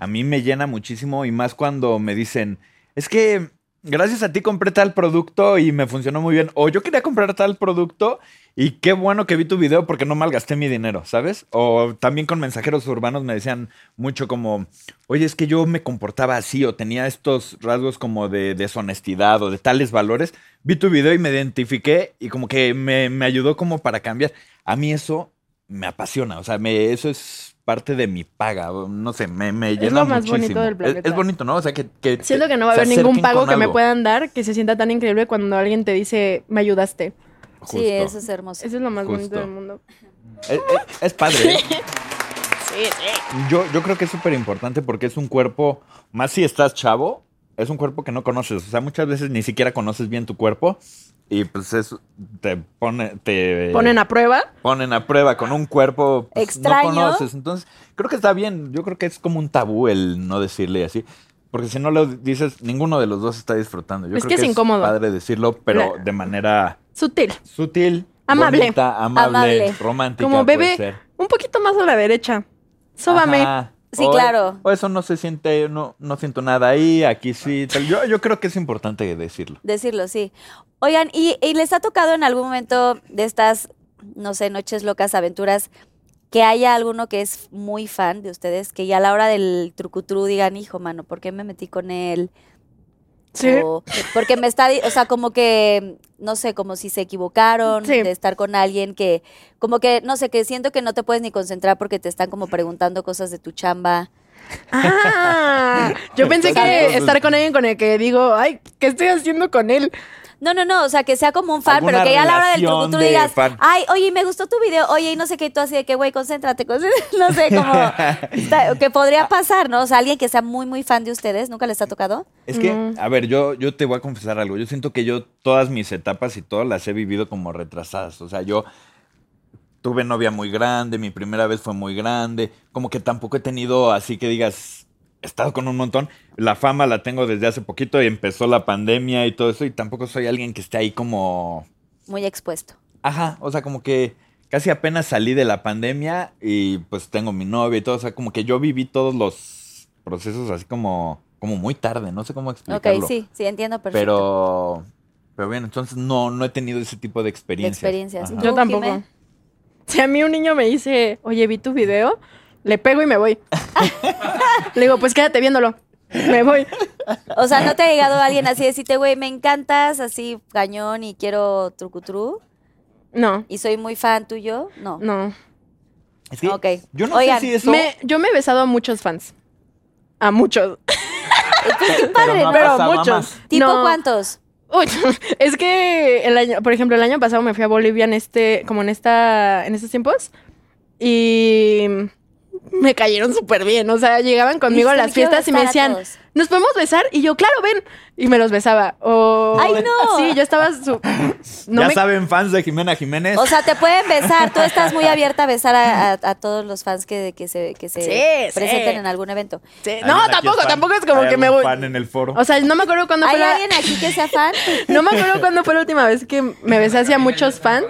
a mí me llena muchísimo y más cuando me dicen, es que gracias a ti compré tal producto y me funcionó muy bien. O yo quería comprar tal producto y qué bueno que vi tu video porque no malgasté mi dinero, ¿sabes? O también con mensajeros urbanos me decían mucho como, oye, es que yo me comportaba así o tenía estos rasgos como de deshonestidad o de tales valores. Vi tu video y me identifiqué y como que me, me ayudó como para cambiar. A mí eso me apasiona, o sea, me, eso es parte de mi paga, o no sé, me, me Es llena lo más muchísimo. bonito del Es- planeta. es bonito, ¿no? O sea, que... que Siento que no va a Este, se haber ningún acerquen pago con que me algo. puedan dar que se sienta tan increíble cuando alguien te dice, me ayudaste. Justo. Sí, eso es hermoso. Eso es lo más bonito Justo. del mundo. Es, es- es padre. ¿eh? Yo, yo creo que es súper importante porque es un cuerpo, más si estás chavo, es un cuerpo que no conoces. O sea, muchas veces ni siquiera conoces bien tu cuerpo y pues eso te pone, te Ponen a prueba. ponen a prueba con un cuerpo pues, Extraño. no conoces. Entonces, creo que está bien. Yo creo que es como un tabú el no decirle así. Porque si no lo dices, ninguno de los dos está disfrutando. Yo Es creo que es incómodo. padre decirlo, pero La- de manera Sutil. sutil, Amable. bonita, amable, Amable. romántica. Como puede bebé, ser. un poquito más a la derecha. Sóbame. Ajá. Sí, claro. O eso no se siente, no, no siento nada ahí, aquí sí. tal. Yo, yo creo que es importante decirlo. Decirlo, sí. Oigan, ¿y, y les ha tocado en algún momento de estas, no sé, noches locas, aventuras, que haya alguno que es muy fan de ustedes, que ya a la hora del trucutru digan, hijo, mano, ¿por qué me metí con él? Sí. O, porque me está, di- o sea, como que, no sé, como si se equivocaron Sí. de estar con alguien que, como que, no sé, que siento que no te puedes ni concentrar porque te están como preguntando cosas de tu chamba. Ah, yo pensé que estar con alguien con el que digo, ay, ¿qué estoy haciendo con él? No, no, no, o sea, que sea como un fan, Alguna pero que ya a la hora del relación truco tú de digas, fan. ay, oye, me gustó tu video, oye, y no sé qué, y tú así de que, güey, concéntrate, concéntrate", no sé, como, está- que podría pasar, ¿no? O sea, alguien que sea muy, muy fan de ustedes, ¿nunca les ha tocado? Es que, Mm. a ver, yo, yo te voy a confesar algo. Yo siento que yo todas mis etapas y todas las he vivido como retrasadas. O sea, yo tuve novia muy grande, mi primera vez fue muy grande. Como que tampoco he tenido, así que digas, he estado con un montón. La fama la tengo desde hace poquito y empezó la pandemia y todo eso. Y tampoco soy alguien que esté ahí como Muy expuesto. Ajá, o sea, como que casi apenas salí de la pandemia y pues tengo mi novia y todo, o sea, como que yo viví todos los procesos así como, como muy tarde, no sé cómo Ok, explicarlo. sí, sí, entiendo perfecto. Pero, pero bien, entonces no, no he tenido ese tipo de De experiencias. experiencias. Ajá. ¿Tú, Yo tampoco. Jimé? Si a mí un niño me dice, oye, vi tu video, le pego y me voy. le digo, pues quédate viéndolo. Me voy. O sea, ¿no te ha llegado alguien así de decirte, güey, me encantas, así cañón y quiero trucutru No, y soy muy fan tuyo? No. no. Es que Ok. Yo no Oigan, sé si eso. Me- yo me he besado a muchos fans. A muchos. Pero padre, no ha pero pasado a muchos. más. ¿Tipo No. cuántos? Uy, es que el año, por ejemplo, el año pasado me fui a Bolivia en este, como en esta, en estos tiempos y me cayeron súper bien. O sea, llegaban conmigo a Dices, las "Me quiero fiestas y me besar a decían, todos". ¿nos podemos besar? Y yo, claro, ven. Y me los besaba. O- ¡Ay, no! Sí, yo estaba su- no ya me- saben, fans de Jimena Jiménez. O sea, te pueden besar. Tú estás muy abierta a besar a, a- a todos los fans que, que se, que se Sí, sí. presenten en algún evento. Sí, ¿Alguien No, aquí tampoco, fan? tampoco es como ¿Hay que me algún voy. fan en el foro. O sea, no me acuerdo cuándo fue ¿Hay la... alguien aquí que sea fan? No me acuerdo cuándo fue la última vez que me besé hacia muchos fans.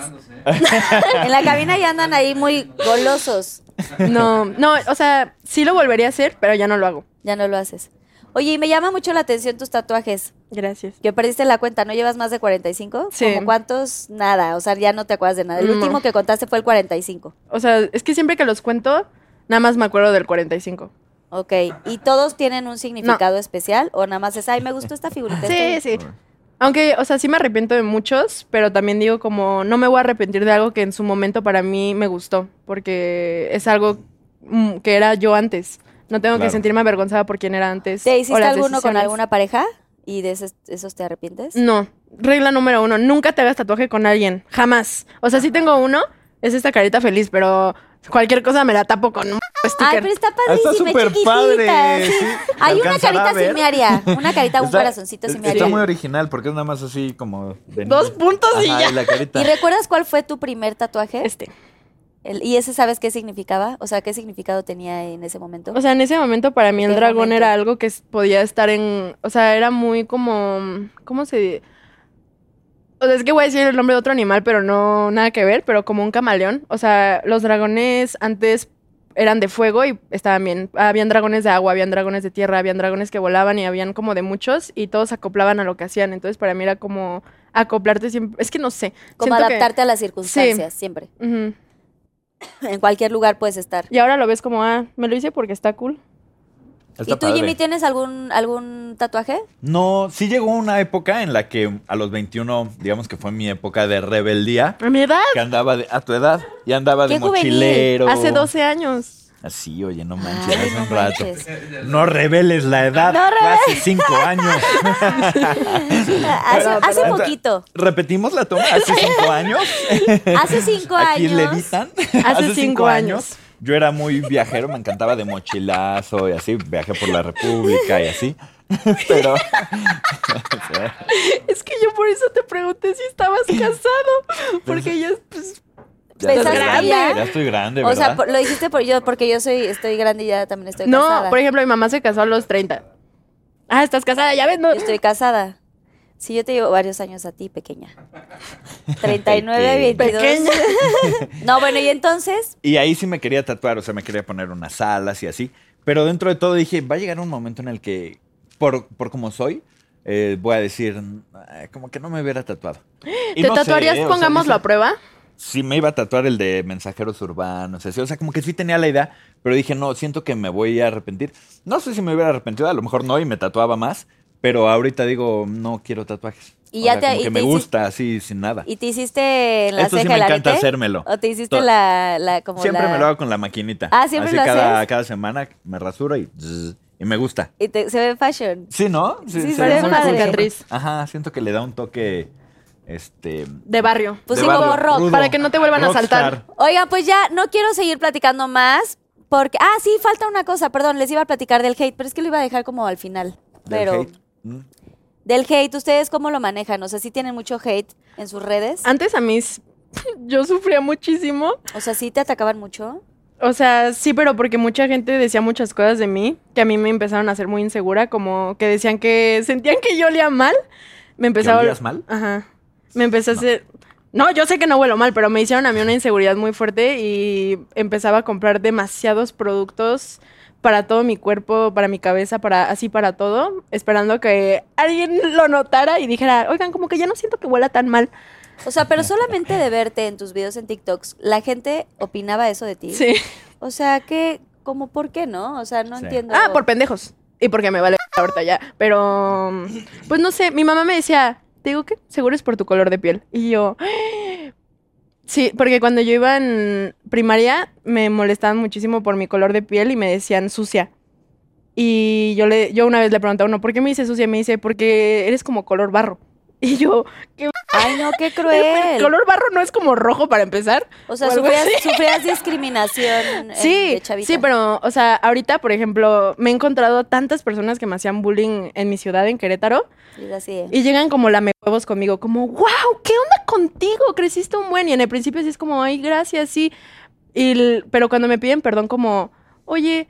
En la cabina ya andan ahí muy golosos. No, no, o sea, sí lo volvería a hacer, pero ya no lo hago. Ya no lo haces. Oye, y me llama mucho la atención tus tatuajes. Gracias. Que perdiste la cuenta, ¿no llevas más de 45? Sí. ¿Como cuántos? Nada, o sea, ya no te acuerdas de nada. El No. último que contaste fue el 45. O sea, es que siempre que los cuento, nada más me acuerdo del 45. Ok, ¿y todos tienen un significado especial o nada más es, ay, me gustó esta figurita? Sí, Este- sí. Ah, Aunque, o sea, sí me arrepiento de muchos, pero también digo como, no me voy a arrepentir de algo que en su momento para mí me gustó, porque es algo mm, que era yo antes. No tengo Claro. que sentirme avergonzada por quién era antes. ¿Te o hiciste las alguno con decisiones. alguna pareja y de esos, esos te arrepientes? No, regla número uno, nunca te hagas tatuaje con alguien, jamás. O sea, sí tengo uno, es esta carita feliz, pero cualquier cosa me la tapo con un Ay, sticker. pero está Ah, está padrísima, súper chiquitita, padre. sí. sí. Hay ¿Se una alcanzará carita a ver? sin mi área, una carita, un Está- corazoncito sin mi Está área. muy original porque es nada más así como. de Dos niño. puntos y Ajá, ya. la carita. ¿Y recuerdas cuál fue tu primer tatuaje? Este. El- ¿Y ese sabes qué significaba? O sea, ¿qué significado tenía en ese momento? O sea, en ese momento para mí ¿En el qué dragón momento? era algo que s- podía estar en. O sea, era muy como. ¿Cómo se.? O sea, es que voy a decir el nombre de otro animal, pero no nada que ver, pero como un camaleón. O sea, los dragones antes eran de fuego y estaban bien. Habían dragones de agua, habían dragones de tierra, habían dragones que volaban y habían como de muchos y todos acoplaban a lo que hacían. Entonces, para mí era como acoplarte siempre. Es que no sé. Como siento que- adaptarte a las circunstancias, siempre. Ujú. En cualquier lugar puedes estar. Y ahora lo ves como, ah, me lo hice porque está cool. Está ¿Y tú, padre. Jimmy, tienes algún, algún tatuaje? No, sí llegó una época en la que a los 21, digamos que fue mi época de rebeldía, A mi edad, que andaba de, a tu edad y andaba de ¡Qué juvenil! mochilero. hace 12 años. Así, oye, no manches, Ay, hace no un rato. manches. No reveles la edad, No fue hace 5 años. Hace, hace Perdón. poquito, ¿Repetimos la toma? ¿Hace 5 años? hace cinco Aquí años. levitan. Hace cinco cinco años. Yo era muy viajero, me encantaba de mochilazo y así, viajé por la República y así. Pero Es que yo por eso te pregunté si estabas casado. Porque ya, pues, ya estoy Pensaste grande, ya. ya estoy grande, o ¿verdad? sea, por- lo hiciste por yo, porque yo soy, estoy grande y ya también estoy No, casada. por ejemplo, mi mamá se casó a los 30. Ah, estás casada, ya ves, no. Yo estoy casada. Sí, yo te llevo varios años a ti, pequeña. 39, 22. Pequeña. No, bueno, y entonces, Y ahí sí me quería tatuar, o sea, me quería poner unas alas y así. Pero dentro de todo dije, va a llegar un momento en el que, por, por como soy, eh, voy a decir, "Ay, como que no me hubiera tatuado. Y ¿Te no sé, tatuarías? eh, o sea, Pongámoslo dije, a prueba. Sí, me iba a tatuar el de mensajeros urbanos, así. O sea, como que sí tenía la idea, pero dije, no, siento que me voy a arrepentir. No sé si me hubiera arrepentido, a lo mejor no, y me tatuaba más. Pero ahorita digo, no quiero tatuajes. Y O ya sea, te- como y que te me hiciste- gusta, así, sin nada. ¿y te hiciste la Esto sí ceja me el encanta arete? hacérmelo. ¿O te hiciste To- la, la como Siempre la- me lo hago con la maquinita. Ah, ¿siempre Así lo cada, haces? cada semana me rasuro y, zzz, y me gusta. Y te- se ve fashion. Sí, ¿no? Sí, se ve ve muy padre. cool. Cicatriz. Ajá, siento que le da un toque, este... De barrio. Pues de sí, como barrio, rock. rudo. Para que no te vuelvan a asaltar. Oigan, pues ya no quiero seguir platicando más porque ah sí falta una cosa, perdón, les iba a platicar del hate, pero es que lo iba a dejar como al final. Del Pero hate. Mm. del hate, ¿ustedes cómo lo manejan? O sea, ¿sí tienen mucho hate en sus redes? Antes a mí s- yo sufría muchísimo. O sea, ¿sí te atacaban mucho? O sea, sí, pero porque mucha gente decía muchas cosas de mí que a mí me empezaron a hacer muy insegura, como que decían que sentían que yo olía mal. Me empezaba olías mal? Ajá. Me empezó a hacer No, yo sé que no huelo mal, pero me hicieron a mí una inseguridad muy fuerte y empezaba a comprar demasiados productos para todo mi cuerpo, para mi cabeza, para así para todo, esperando que alguien lo notara y dijera, "Oigan, como que ya no siento que huela tan mal." O sea, pero solamente de verte en tus videos en TikToks, ¿la gente opinaba eso de ti? Sí. O sea, que como por qué no? O sea, no Sí. entiendo. Ah, por pendejos. Ah, Y porque me vale ahorita ya. Pero, mm, pues no sé, mi mamá me decía, te digo que seguro es por tu color de piel. Y yo, sí, porque cuando yo iba en primaria me molestaban muchísimo por mi color de piel y me decían sucia. Y yo, le, yo una vez le pregunté a uno, ¿por qué me dice sucia? Y me dice, porque eres como color barro. Y yo, ¿qué Ay, no, qué el cruel. color barro no es como rojo para empezar. O sea, o algo sufrías, así. sufrías discriminación eh, Sí, de chavita. sí, pero, o sea, ahorita, por ejemplo, me he encontrado tantas personas que me hacían bullying en mi ciudad, en Querétaro, Y era así de, y llegan como lame huevos conmigo, como, wow, ¿qué onda contigo? Creciste un buen. Y en el principio sí es como, ay, gracias, sí. Y l- pero cuando me piden perdón, como, oye,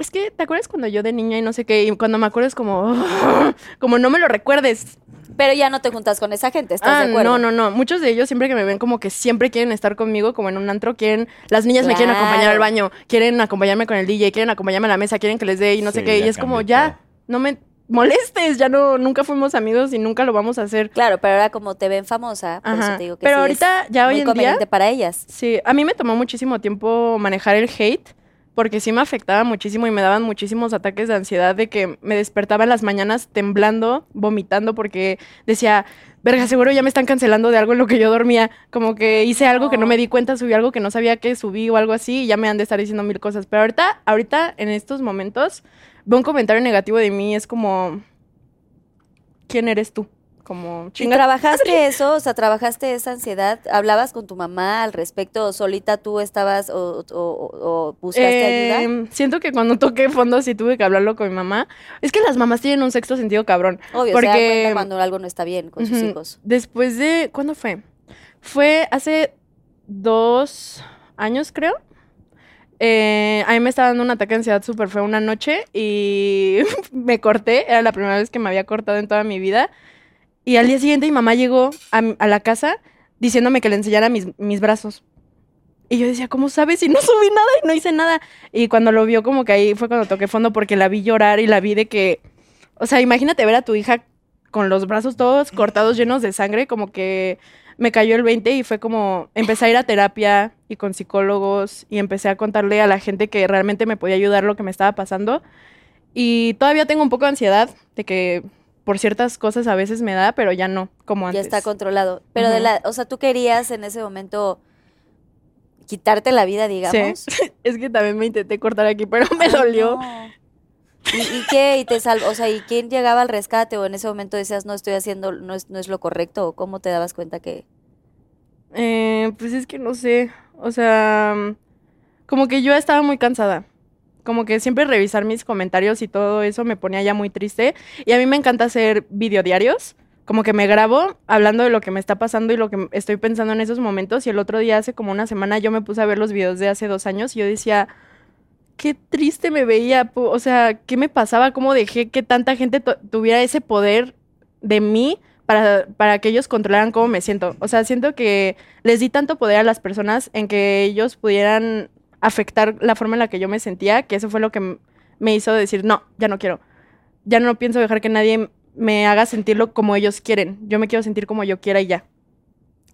es que, ¿te acuerdas cuando yo de niña y no sé qué? Y cuando me acuerdo es como, como no me lo recuerdes, Pero ya no te juntas con esa gente, ¿estás Ah, de acuerdo? No, no, no. Muchos de ellos siempre que me ven como que siempre quieren estar conmigo, como en un antro, quieren, las niñas me quieren acompañar Claro. al baño, quieren acompañarme con el DJ, quieren acompañarme a la mesa, quieren que les dé y no sé Sí, qué. Y ya es como, cambió ya, todo. no me molestes, ya no, nunca fuimos amigos y nunca lo vamos a hacer. Claro, pero ahora como te ven famosa, por Ajá. eso te digo que Pero sí ahorita, es ya muy hoy en día, conveniente para ellas. sí, a mí me tomó muchísimo tiempo manejar el hate. Porque sí me afectaba muchísimo y me daban muchísimos ataques de ansiedad de que me despertaba en las mañanas temblando, vomitando, porque decía, verga, seguro ya me están cancelando de algo en lo que yo dormía. Como que hice algo que no me di cuenta, subí algo que no sabía que subí o algo así, y ya me han de estar diciendo mil cosas. Pero ahorita, ahorita, en estos momentos, veo un comentario negativo de mí, es como, ¿quién eres tú? Como, ¿Y chinga. trabajaste eso? O sea, ¿trabajaste esa ansiedad? ¿Hablabas con tu mamá al respecto o solita tú estabas o, o- o- o buscaste ayuda? Eh, siento que cuando toqué fondo sí tuve que hablarlo con mi mamá. Es que las mamás tienen un sexto sentido cabrón. Obvio, se dan porque- cuenta cuando algo no está bien con sus Ujú. hijos. Después de. ¿Cuándo fue? Fue hace dos años, creo. Eh, a mí me estaba dando un ataque de ansiedad súper feo una noche y me corté. Era la primera vez que me había cortado en toda mi vida. Y al día siguiente mi mamá llegó a, m- a la casa diciéndome que le enseñara mis, mis brazos. Y yo decía, ¿cómo sabes? Y no subí nada y no hice nada. Y cuando lo vio, como que ahí fue cuando toqué fondo porque la vi llorar y la vi de que. O sea, imagínate ver a tu hija con los brazos todos cortados, llenos de sangre, como que me cayó el 20 y fue como, empecé a ir a terapia y con psicólogos y empecé a contarle a la gente que realmente me podía ayudar lo que me estaba pasando. Y todavía tengo un poco de ansiedad de que por ciertas cosas a veces me da, pero ya no, como Ya antes. está controlado. Pero de Ujú. la, o sea, tú querías en ese momento quitarte la vida, digamos. Es que también me intenté cortar aquí, pero me dolió. No. ¿Y, y qué? ¿Y te salvó? O sea, ¿y quién llegaba al rescate? ¿O en ese momento decías, no estoy haciendo, no es, no es lo correcto? ¿O cómo te dabas cuenta que...? Eh, pues es que no sé. O sea, como que yo estaba muy cansada. Como que siempre revisar mis comentarios y todo eso me ponía ya muy triste. Y a mí me encanta hacer videodiarios. Como que me grabo hablando de lo que me está pasando y lo que estoy pensando en esos momentos. Y el otro día, hace como una semana, yo me puse a ver los videos de hace dos años y yo decía, qué triste me veía. po- O sea, ¿qué me pasaba? ¿Cómo dejé que tanta gente tu- tuviera ese poder de mí para, para que ellos controlaran cómo me siento? O sea, siento que les di tanto poder a las personas en que ellos pudieran afectar la forma en la que yo me sentía, que eso fue lo que m- me hizo decir, no, ya no quiero. Ya no pienso dejar que nadie me haga sentirlo como ellos quieren. Yo me quiero sentir como yo quiera y ya.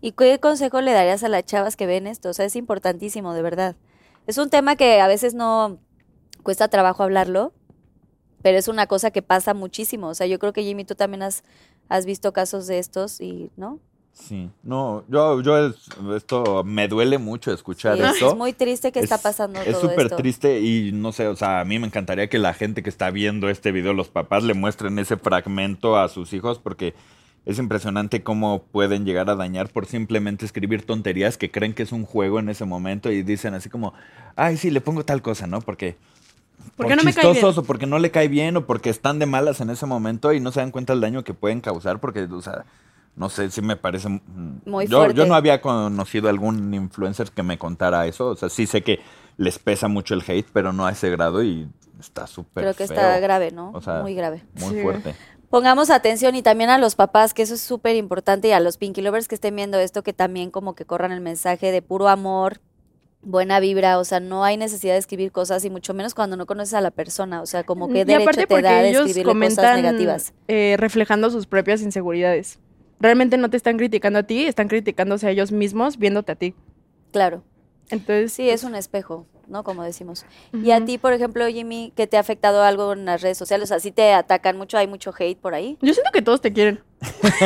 ¿Y qué consejo le darías a las chavas que ven esto? O sea, es importantísimo, de verdad. Es un tema que a veces no cuesta trabajo hablarlo, pero es una cosa que pasa muchísimo. O sea, yo creo que Jimmy, tú también has, has visto casos de estos y, ¿no? Sí. No, yo, yo es- esto me duele mucho escuchar Sí, es, esto. es muy triste que está Es- pasando Es todo súper esto. triste y no sé, o sea, a mí me encantaría que la gente que está viendo este video, los papás, le muestren ese fragmento a sus hijos porque es impresionante cómo pueden llegar a dañar por simplemente escribir tonterías que creen que es un juego en ese momento y dicen así como, ay, sí, le pongo tal cosa, ¿no? Porque... ¿Por qué no me cae bien? chistosos o porque no le cae bien o porque están de malas en ese momento y no se dan cuenta del daño que pueden causar porque, o sea, no sé, sí me parece... mm, Muy yo, fuerte. yo no había conocido algún influencer que me contara eso. O sea, sí sé que les pesa mucho el hate, pero no a ese grado y está súper Creo que feo, está grave, ¿no? O sea, muy grave. Muy Sí. fuerte. Pongamos atención y también a los papás, que eso es súper importante, y a los Pinky Lovers que estén viendo esto, que también como que corran el mensaje de puro amor, buena vibra, o sea, no hay necesidad de escribir cosas, y mucho menos cuando no conoces a la persona, o sea, como que Mm, Y aparte derecho te porque da de ellos escribirle cosas comentan negativas. eh, reflejando sus propias inseguridades. Realmente no te están criticando a ti, están criticándose a ellos mismos viéndote a ti. Claro, Entonces, sí, es un espejo. ¿no? Como decimos. Y a ti, por ejemplo, Jimmy, ¿qué te ha afectado algo en las redes sociales? O sea, ¿sí te atacan mucho? ¿Hay mucho hate por ahí? Yo siento que todos te quieren.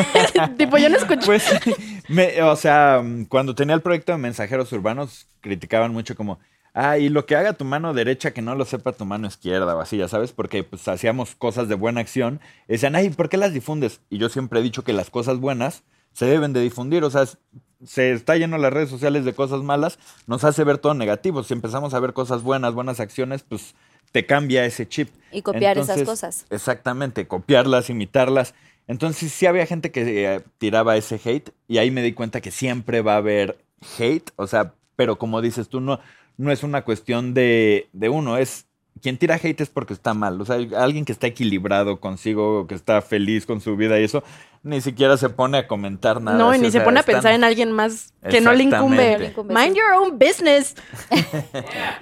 tipo, yo no escucho. Pues, me- o sea, mm, cuando tenía el proyecto de mensajeros urbanos, criticaban mucho como, ah, y lo que haga tu mano derecha que no lo sepa tu mano izquierda o así, ya sabes, porque pues hacíamos cosas de buena acción. Y decían, ay, ¿por qué las difundes? Y yo siempre he dicho que las cosas buenas se deben de difundir, o sea, es- se está lleno las redes sociales de cosas malas, nos hace ver todo negativo. Si empezamos a ver cosas buenas, buenas acciones, pues te cambia ese chip. Y copiar esas cosas. Exactamente, copiarlas, imitarlas. Entonces sí había gente que eh, tiraba ese hate y ahí me di cuenta que siempre va a haber hate, o sea, pero como dices tú, no, no es una cuestión de, de uno, es quien tira hate es porque está mal, o sea, alguien que está equilibrado consigo, que está feliz con su vida y eso, ni siquiera se pone a comentar nada. no, y sí, ni o se sea, pone a están- pensar en alguien más que no le Exactamente. No le incumbe. incumbe, Mind sí. your own business.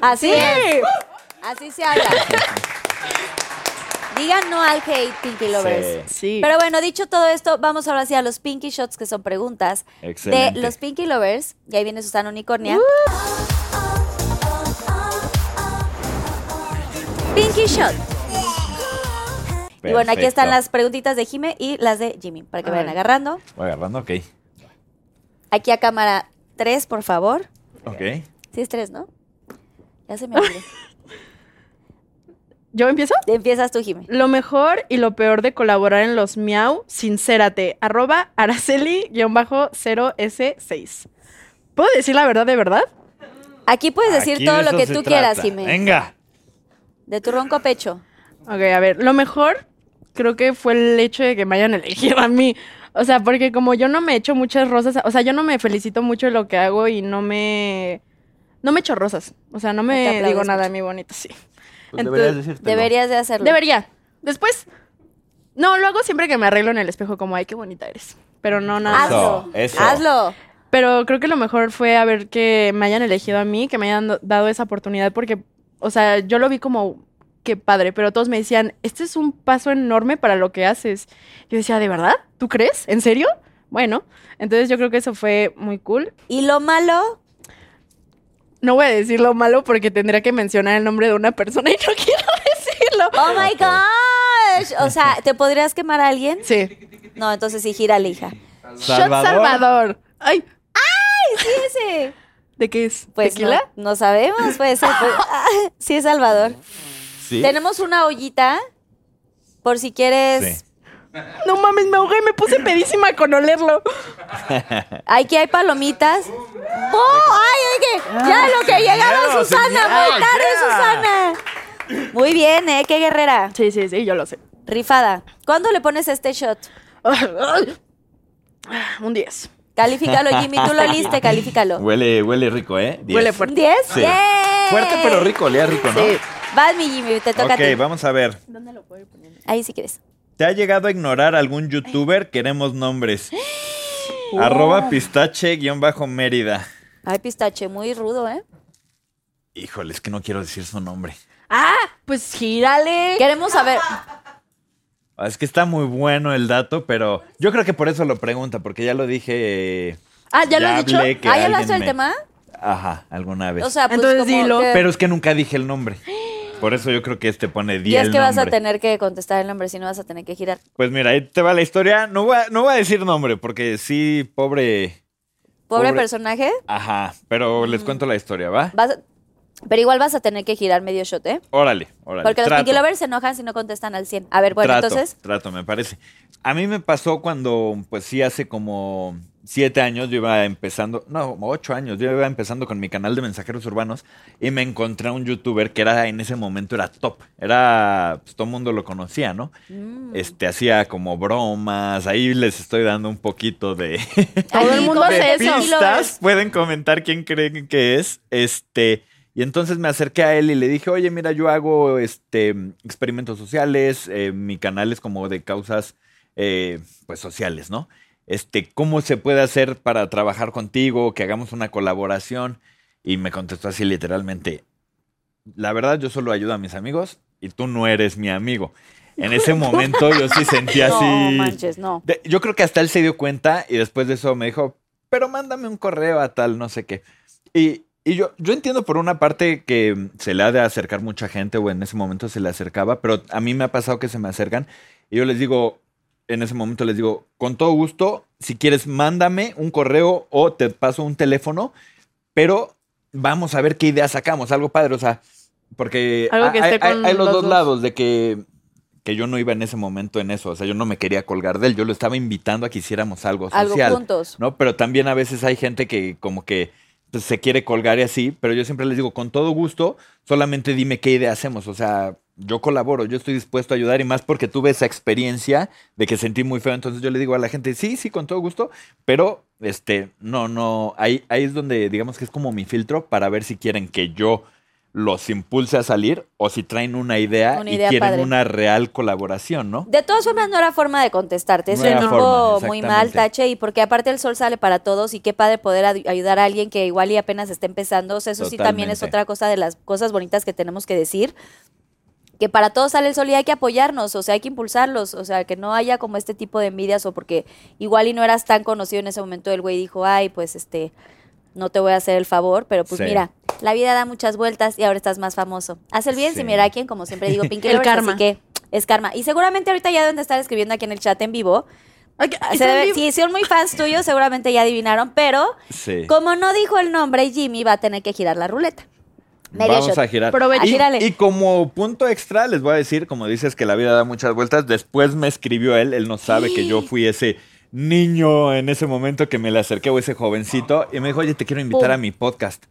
Así es. ¿Ah, Así se habla. Digan no al hate, Pinky Lovers. Sí. Pero bueno, dicho todo esto, vamos ahora sí a los Pinky Shots, que son preguntas Excelente. Uh. de los Pinky Lovers. Y ahí viene Susana Unicornia. Pinky Shot. Y bueno, aquí Perfecto. están las preguntitas de Jime y las de Jimmy, para que A vayan ver. agarrando. Voy agarrando, ok. Aquí a cámara 3, por favor. Ok. Sí es 3, ¿no? Ya se me olvidó. ¿Yo empiezo? Empiezas tú, Jime. Lo mejor y lo peor de colaborar en los Miau, sincérate. Arroba Araceli-0S6. ¿Puedo decir la verdad de verdad? Aquí puedes decir Aquí todo de lo eso que se tú quieras, trata. Jime. Venga. De tu ronco pecho. Ok, a ver, lo mejor creo que fue el hecho de que me hayan elegido a mí. O sea, porque como yo no me echo muchas rosas, o sea, yo no me felicito mucho de lo que hago y no me... No me echo rosas. O sea, no te me aplaudes digo nada a mucho. mí bonito, sí. Pues Entonces, deberías decírtelo. Deberías de hacerlo. Debería. Después... No, lo hago siempre que me arreglo en el espejo, como, ay, qué bonita eres. Pero no, Ah, nada. más. Hazlo. Eso, eso. Hazlo. Pero creo que lo mejor fue a ver que me hayan elegido a mí, que me hayan do- dado esa oportunidad, porque, o sea, yo lo vi como que padre, pero todos me decían, este es un paso enorme para lo que haces. Yo decía, ¿de verdad? ¿Tú crees? ¿En serio? Bueno, entonces yo creo que eso fue muy cool. Y lo malo, No voy a decir lo malo porque tendría que mencionar el nombre de una persona y no quiero decirlo. oh my gosh. O sea, ¿te podrías quemar a alguien? Sí. No, entonces sí, gira la hija. Shot Salvador. Ay, Sí, ese. ¿de qué es? Pues no, ¿Tequila? no sabemos, puede ser. pues, ah, sí, es Salvador. Sí. Tenemos una ollita, por si quieres. Sí. No. mames, me ahogué, me puse pedísima con olerlo. Aquí hay palomitas. ¡Oh! ¡Ay, oye! ¡Ya lo que llegaron, Señor, Susana! ¡Muy señor, tarde, Susana! Muy bien, ¿eh? ¡Qué guerrera! Sí, sí, sí, yo lo sé. Rifada. ¿Cuándo le pones este shot? Un 10. Califícalo, Jimmy. Tú lo liste, califícalo. Huele, huele rico, ¿eh? Diez. Huele fuerte. ¿Un 10? Sí. ¡Bien! Fuerte pero rico, olía rico, ¿no? Sí. Vas, mi Jimmy, te toca ok, a ti. vamos a ver. Ahí si quieres. ¿Te ha llegado a ignorar algún youtuber? Queremos nombres. Arroba pistache guión bajo Mérida. Ay, pistache, muy rudo, ¿eh? Híjole, es que no quiero decir su nombre. Ah, pues gírale. Queremos saber. Ah, Es que está muy bueno el dato, pero yo creo que por eso lo pregunta, porque ya lo dije. eh, Ah, ¿ya lo has dicho? hablé que ¿Ah, ya alguien hablaste del me- tema? Ajá, alguna vez. O sea, pues Entonces como dilo. que- pero es que nunca dije el nombre. Por eso yo creo que este pone 10. Y es que vas a tener que contestar el nombre, si no vas a tener que girar. Pues mira, ahí te va la historia. No voy a, no voy a decir nombre, porque sí, pobre. Pobre, Pobre. personaje, Ajá, pero Mm. les cuento la historia, ¿va? vas a- pero igual vas a tener que girar medio shot, ¿eh? Órale, órale. Porque los trato, Pinky Lovers se enojan si no contestan al 100. A ver, bueno, trato, entonces, Trato, me parece. A mí me pasó cuando, pues sí, hace como siete años yo iba empezando, no, como ocho años, yo iba empezando con mi canal de mensajeros urbanos y me encontré a un youtuber que era en ese momento era top. Era, pues todo el mundo lo conocía, ¿no? Mm. Este, hacía como bromas, ahí les estoy dando un poquito de... Todo el mundo como hace de eso. Pinky Lovers. pistas. Pueden comentar quién creen que es. Este. Y entonces me acerqué a él y le dije, oye, mira, yo hago este experimentos sociales, eh, mi canal es como de causas eh, pues sociales, ¿no? Este, ¿cómo se puede hacer para trabajar contigo? Que hagamos una colaboración. Y me contestó así literalmente, la verdad, yo solo ayudo a mis amigos y tú no eres mi amigo. En ese momento yo sí sentí así. mm, No manches, no. De- yo creo que hasta él se dio cuenta y después de eso me dijo, pero mándame un correo a tal, no sé qué. Y Y yo, yo entiendo por una parte que se le ha de acercar mucha gente o en ese momento se le acercaba, pero a mí me ha pasado que se me acercan y yo les digo, en ese momento les digo, con todo gusto, si quieres, mándame un correo o te paso un teléfono, pero vamos a ver qué idea sacamos, algo padre, o sea, porque Algo que hay, esté hay- con hay los, los dos dos. lados de que, que yo no iba en ese momento en eso, o sea, yo no me quería colgar de él, yo lo estaba invitando a que hiciéramos algo social. Algo juntos. ¿no? Pero también a veces hay gente que como que pues, se quiere colgar y así, pero yo siempre les digo, con todo gusto, solamente dime qué idea hacemos, o sea, yo colaboro, yo estoy dispuesto a ayudar y más porque tuve esa experiencia de que sentí muy feo, entonces yo le digo a la gente, sí, sí, con todo gusto, pero este, no, no, ahí, ahí es donde digamos que es como mi filtro para ver si quieren que yo los impulse a salir o si traen una idea, Una idea y quieren padre. una real colaboración, ¿no? De todas formas, no era forma de contestarte. Eso No era estuvo forma, muy exactamente. mal, Tache, y porque aparte el sol sale para todos y qué padre poder ad- ayudar a alguien que igual y apenas está empezando. O sea, eso sí también es Totalmente. otra cosa de las cosas bonitas que tenemos que decir. Que para todos sale el sol y hay que apoyarnos, o sea, hay que impulsarlos, o sea, que no haya como este tipo de envidias o porque igual y no eras tan conocido en ese momento, el güey dijo, ay, pues este, no te voy a hacer el favor, pero pues Sí. mira, la vida da muchas vueltas y ahora estás más famoso. Haz el bien Sí. sin mirar a quién, como siempre digo, Pinky El Lovers, así karma. que es karma. Y seguramente ahorita ya deben de estar escribiendo aquí en el chat en vivo. Ah, Se debe- si son muy fans tuyos, seguramente ya adivinaron, pero Sí. como no dijo el nombre, Jimmy va a tener que girar la ruleta. Medio Vamos shot. a girar. Provecho. Y, Gírale. y como punto extra, les voy a decir, como dices que la vida da muchas vueltas, después me escribió él, él no sabe que yo fui ese niño en ese momento que me le acerqué o ese jovencito y me dijo, oye, te quiero invitar Pum. a mi podcast.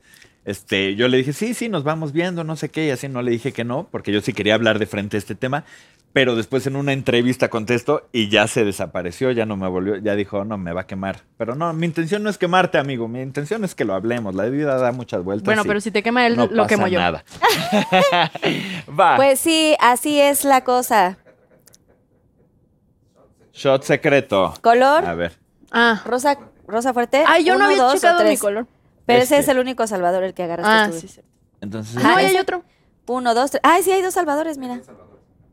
Este, yo le dije, sí, sí, nos vamos viendo, no sé qué, y así no le dije que no, porque yo sí quería hablar de frente a este tema, pero después en una entrevista contesto y ya se desapareció, ya no me volvió, ya dijo, no, me va a quemar. Pero no, mi intención no es quemarte, amigo, mi intención es que lo hablemos, la vida da muchas vueltas. Bueno, y- pero si te quema él, lo quemo yo. nada. Va. Pues sí, así es la cosa. Shot secreto. A Color, ver. Ah. rosa, rosa fuerte. Ay, yo no uno, había dos o checado mi tres. color. Pero ese Este. es el único Salvador el que agarraste Ah, tú. sí, sí. Entonces, Ajá. No, ahí ese- hay otro. Uno, dos, tres. Ay, sí, hay dos Salvadores, mira.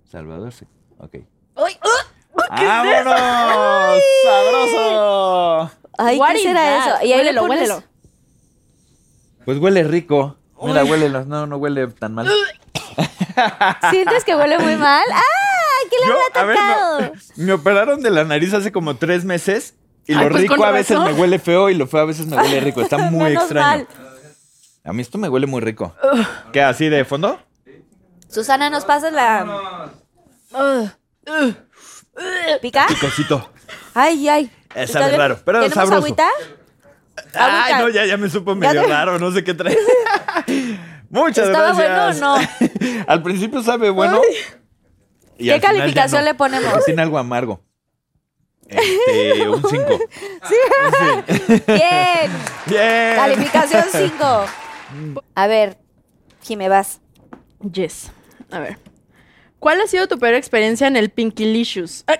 Salvador, sí. Ok. Ay, uh, ¡Vámonos! ¡Sabroso! Ay, What ¿qué is será that? eso? Y ahí le Huélelo, pones- huélelo. Pues huele rico. Mira, huélelo. No, no huele tan mal. ¿Sientes que huele muy mal? ¡Ah! ¿Qué le Yo, habrá a ver, tocado? me, me operaron de la nariz hace como tres meses y lo Ay, pues, rico con a veces razón. me huele feo y lo feo a veces me huele rico. Está muy Menos extraño. mal. A mí esto me huele muy rico. ¿Qué? ¿Así de fondo? Susana, ¿nos pasas la Uh, pica? Picosito. uh. Ay, ay. Eh, ¿Está sabe bien? raro, pero ¿Tenemos sabroso. agüita? Ay, Agüita. Ah, no, ya, ya me supo Ya medio te- raro, no sé qué trae. Muchas ¿Estaba gracias. bueno o no? Al principio sabe bueno. y ¿Qué al final ya calificación no, le ponemos? porque Tiene algo amargo. Este, un 5. Bien. Bien. Calificación 5. A ver, Jime, vas. Yes. A ver. ¿Cuál ha sido tu peor experiencia en el Pinkylicious? Ah,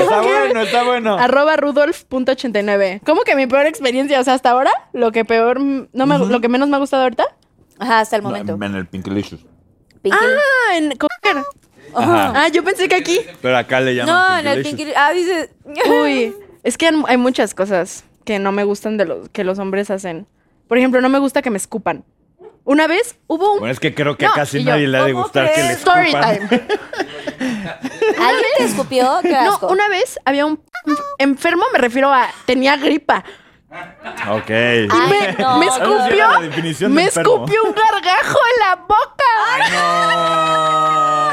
Está bueno, está bueno. Arroba rudolf.89. ¿Cómo que mi peor experiencia? O sea, hasta ahora, lo que peor, mm, no me, lo que menos me ha gustado ahorita. Ajá, hasta el momento. No, en el Pinkelicious. Pinky Ah, en coger. Ajá. Ah, yo pensé que aquí. Pero acá le Lin- llaman No, en el Pinkelicious. Pinky Ah, dice. Uy, es que han- hay muchas cosas que no me gustan de los que los hombres hacen. Por ejemplo, no me gusta que me escupan. Una vez hubo un Bueno, es que creo que No, casi y yo, nadie le ha de ¿cómo gustar que le crees? story escupan. time. ¿Alguien te escupió? Qué No, asco. una vez había un enfermo, me refiero a tenía gripa. Ok. Ay, Me, no, me qué escupió, horror. La definición de me enfermo. escupió un gargajo en la boca.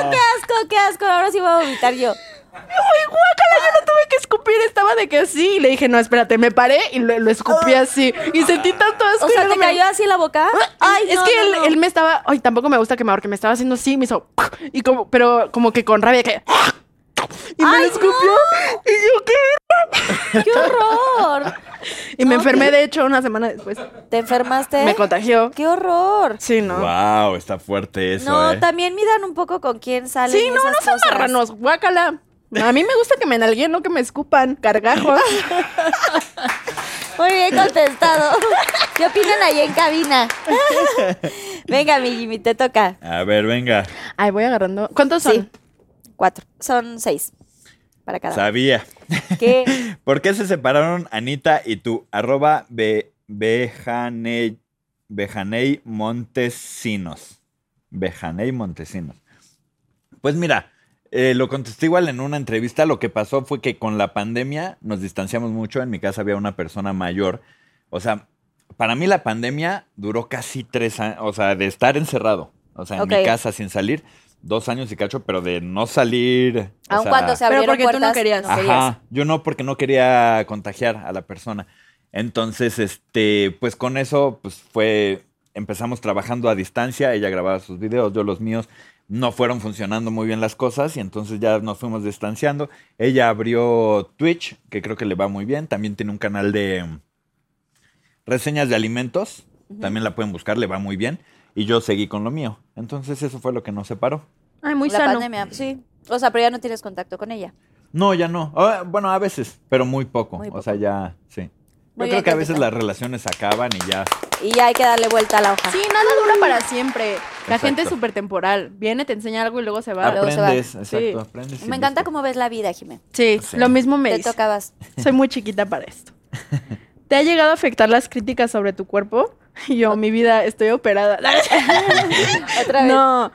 No. Qué asco, qué asco. Ahora sí voy a vomitar yo. Ay, guácala, yo no tuve que escupir, estaba de que así. Y le dije, no, espérate, me paré y lo, lo escupí así. Y sentí tanto asco. O y sea, luego ¿te me- cayó así en la boca? Ay, es no, que no, él, no. él me estaba, ay, tampoco me gusta que me ahorque, me estaba haciendo así, me hizo, y como, pero como que con rabia que, y me Ay, lo escupió, y yo qué, ¡Qué horror! y me No, enfermé de hecho una semana después, ¿Te enfermaste? me contagió, ¡Qué horror! sí, no, Wow, está fuerte eso, no, eh. también midan un poco con quién salen sí, no, esas no son cosas. marranos, guácala, a mí me gusta que me enalguen, no que me escupan, cargajos, Muy bien contestado. ¿Qué opinan ahí en cabina? Venga, mi Jimmy, te toca. A ver, venga. ay, voy agarrando, ¿cuántos son? Sí. Cuatro. Son seis. Para cada. Sabía. ¿Qué? ¿Por qué se separaron Anita y tú? Arroba B- Bejaney, Bejaney Montesinos. Bejaney Montesinos. Pues mira, eh, lo contesté igual en una entrevista. Lo que pasó fue que con la pandemia nos distanciamos mucho. En mi casa había una persona mayor. O sea, para mí la pandemia duró casi tres años. O sea, de estar encerrado. O sea, en Ok. mi casa sin salir. Dos años y cacho, pero de no salir. o Aun sea, cuando se Pero abrieron porque tú no puertas, querías. no querías. Ajá, yo no porque no quería contagiar a la persona. Entonces, este, pues con eso, pues fue, empezamos trabajando a distancia, ella grababa sus videos, yo los míos, no fueron funcionando muy bien las cosas y entonces ya nos fuimos distanciando. Ella abrió Twitch, que creo que le va muy bien, también tiene un canal de mm, reseñas de alimentos, también la pueden buscar, le va muy bien, y yo seguí con lo mío. Entonces eso fue lo que nos separó. Ay, muy la sano. pandemia, sí. O sea, pero ya no tienes contacto con ella. No, ya no. Ah, Bueno, a veces, pero muy poco. Muy O sea, ya, sí. Muy Yo bien, creo que a Catita. veces las relaciones acaban y ya. Y ya hay que darle vuelta a la hoja. Sí, nada dura para siempre. La Exacto. Ah, gente es súper temporal. Viene, te enseña algo y luego se va. luego se va. Aprendes, Sí. exacto, aprendes. y Me encanta listo. cómo ves la vida, Jimé. Sí, Sí. lo mismo me Te dice. tocabas. Soy muy chiquita para esto. ¿Te ha llegado a afectar las críticas sobre tu cuerpo? Y Yo, mi vida, estoy operada. Otra vez. No.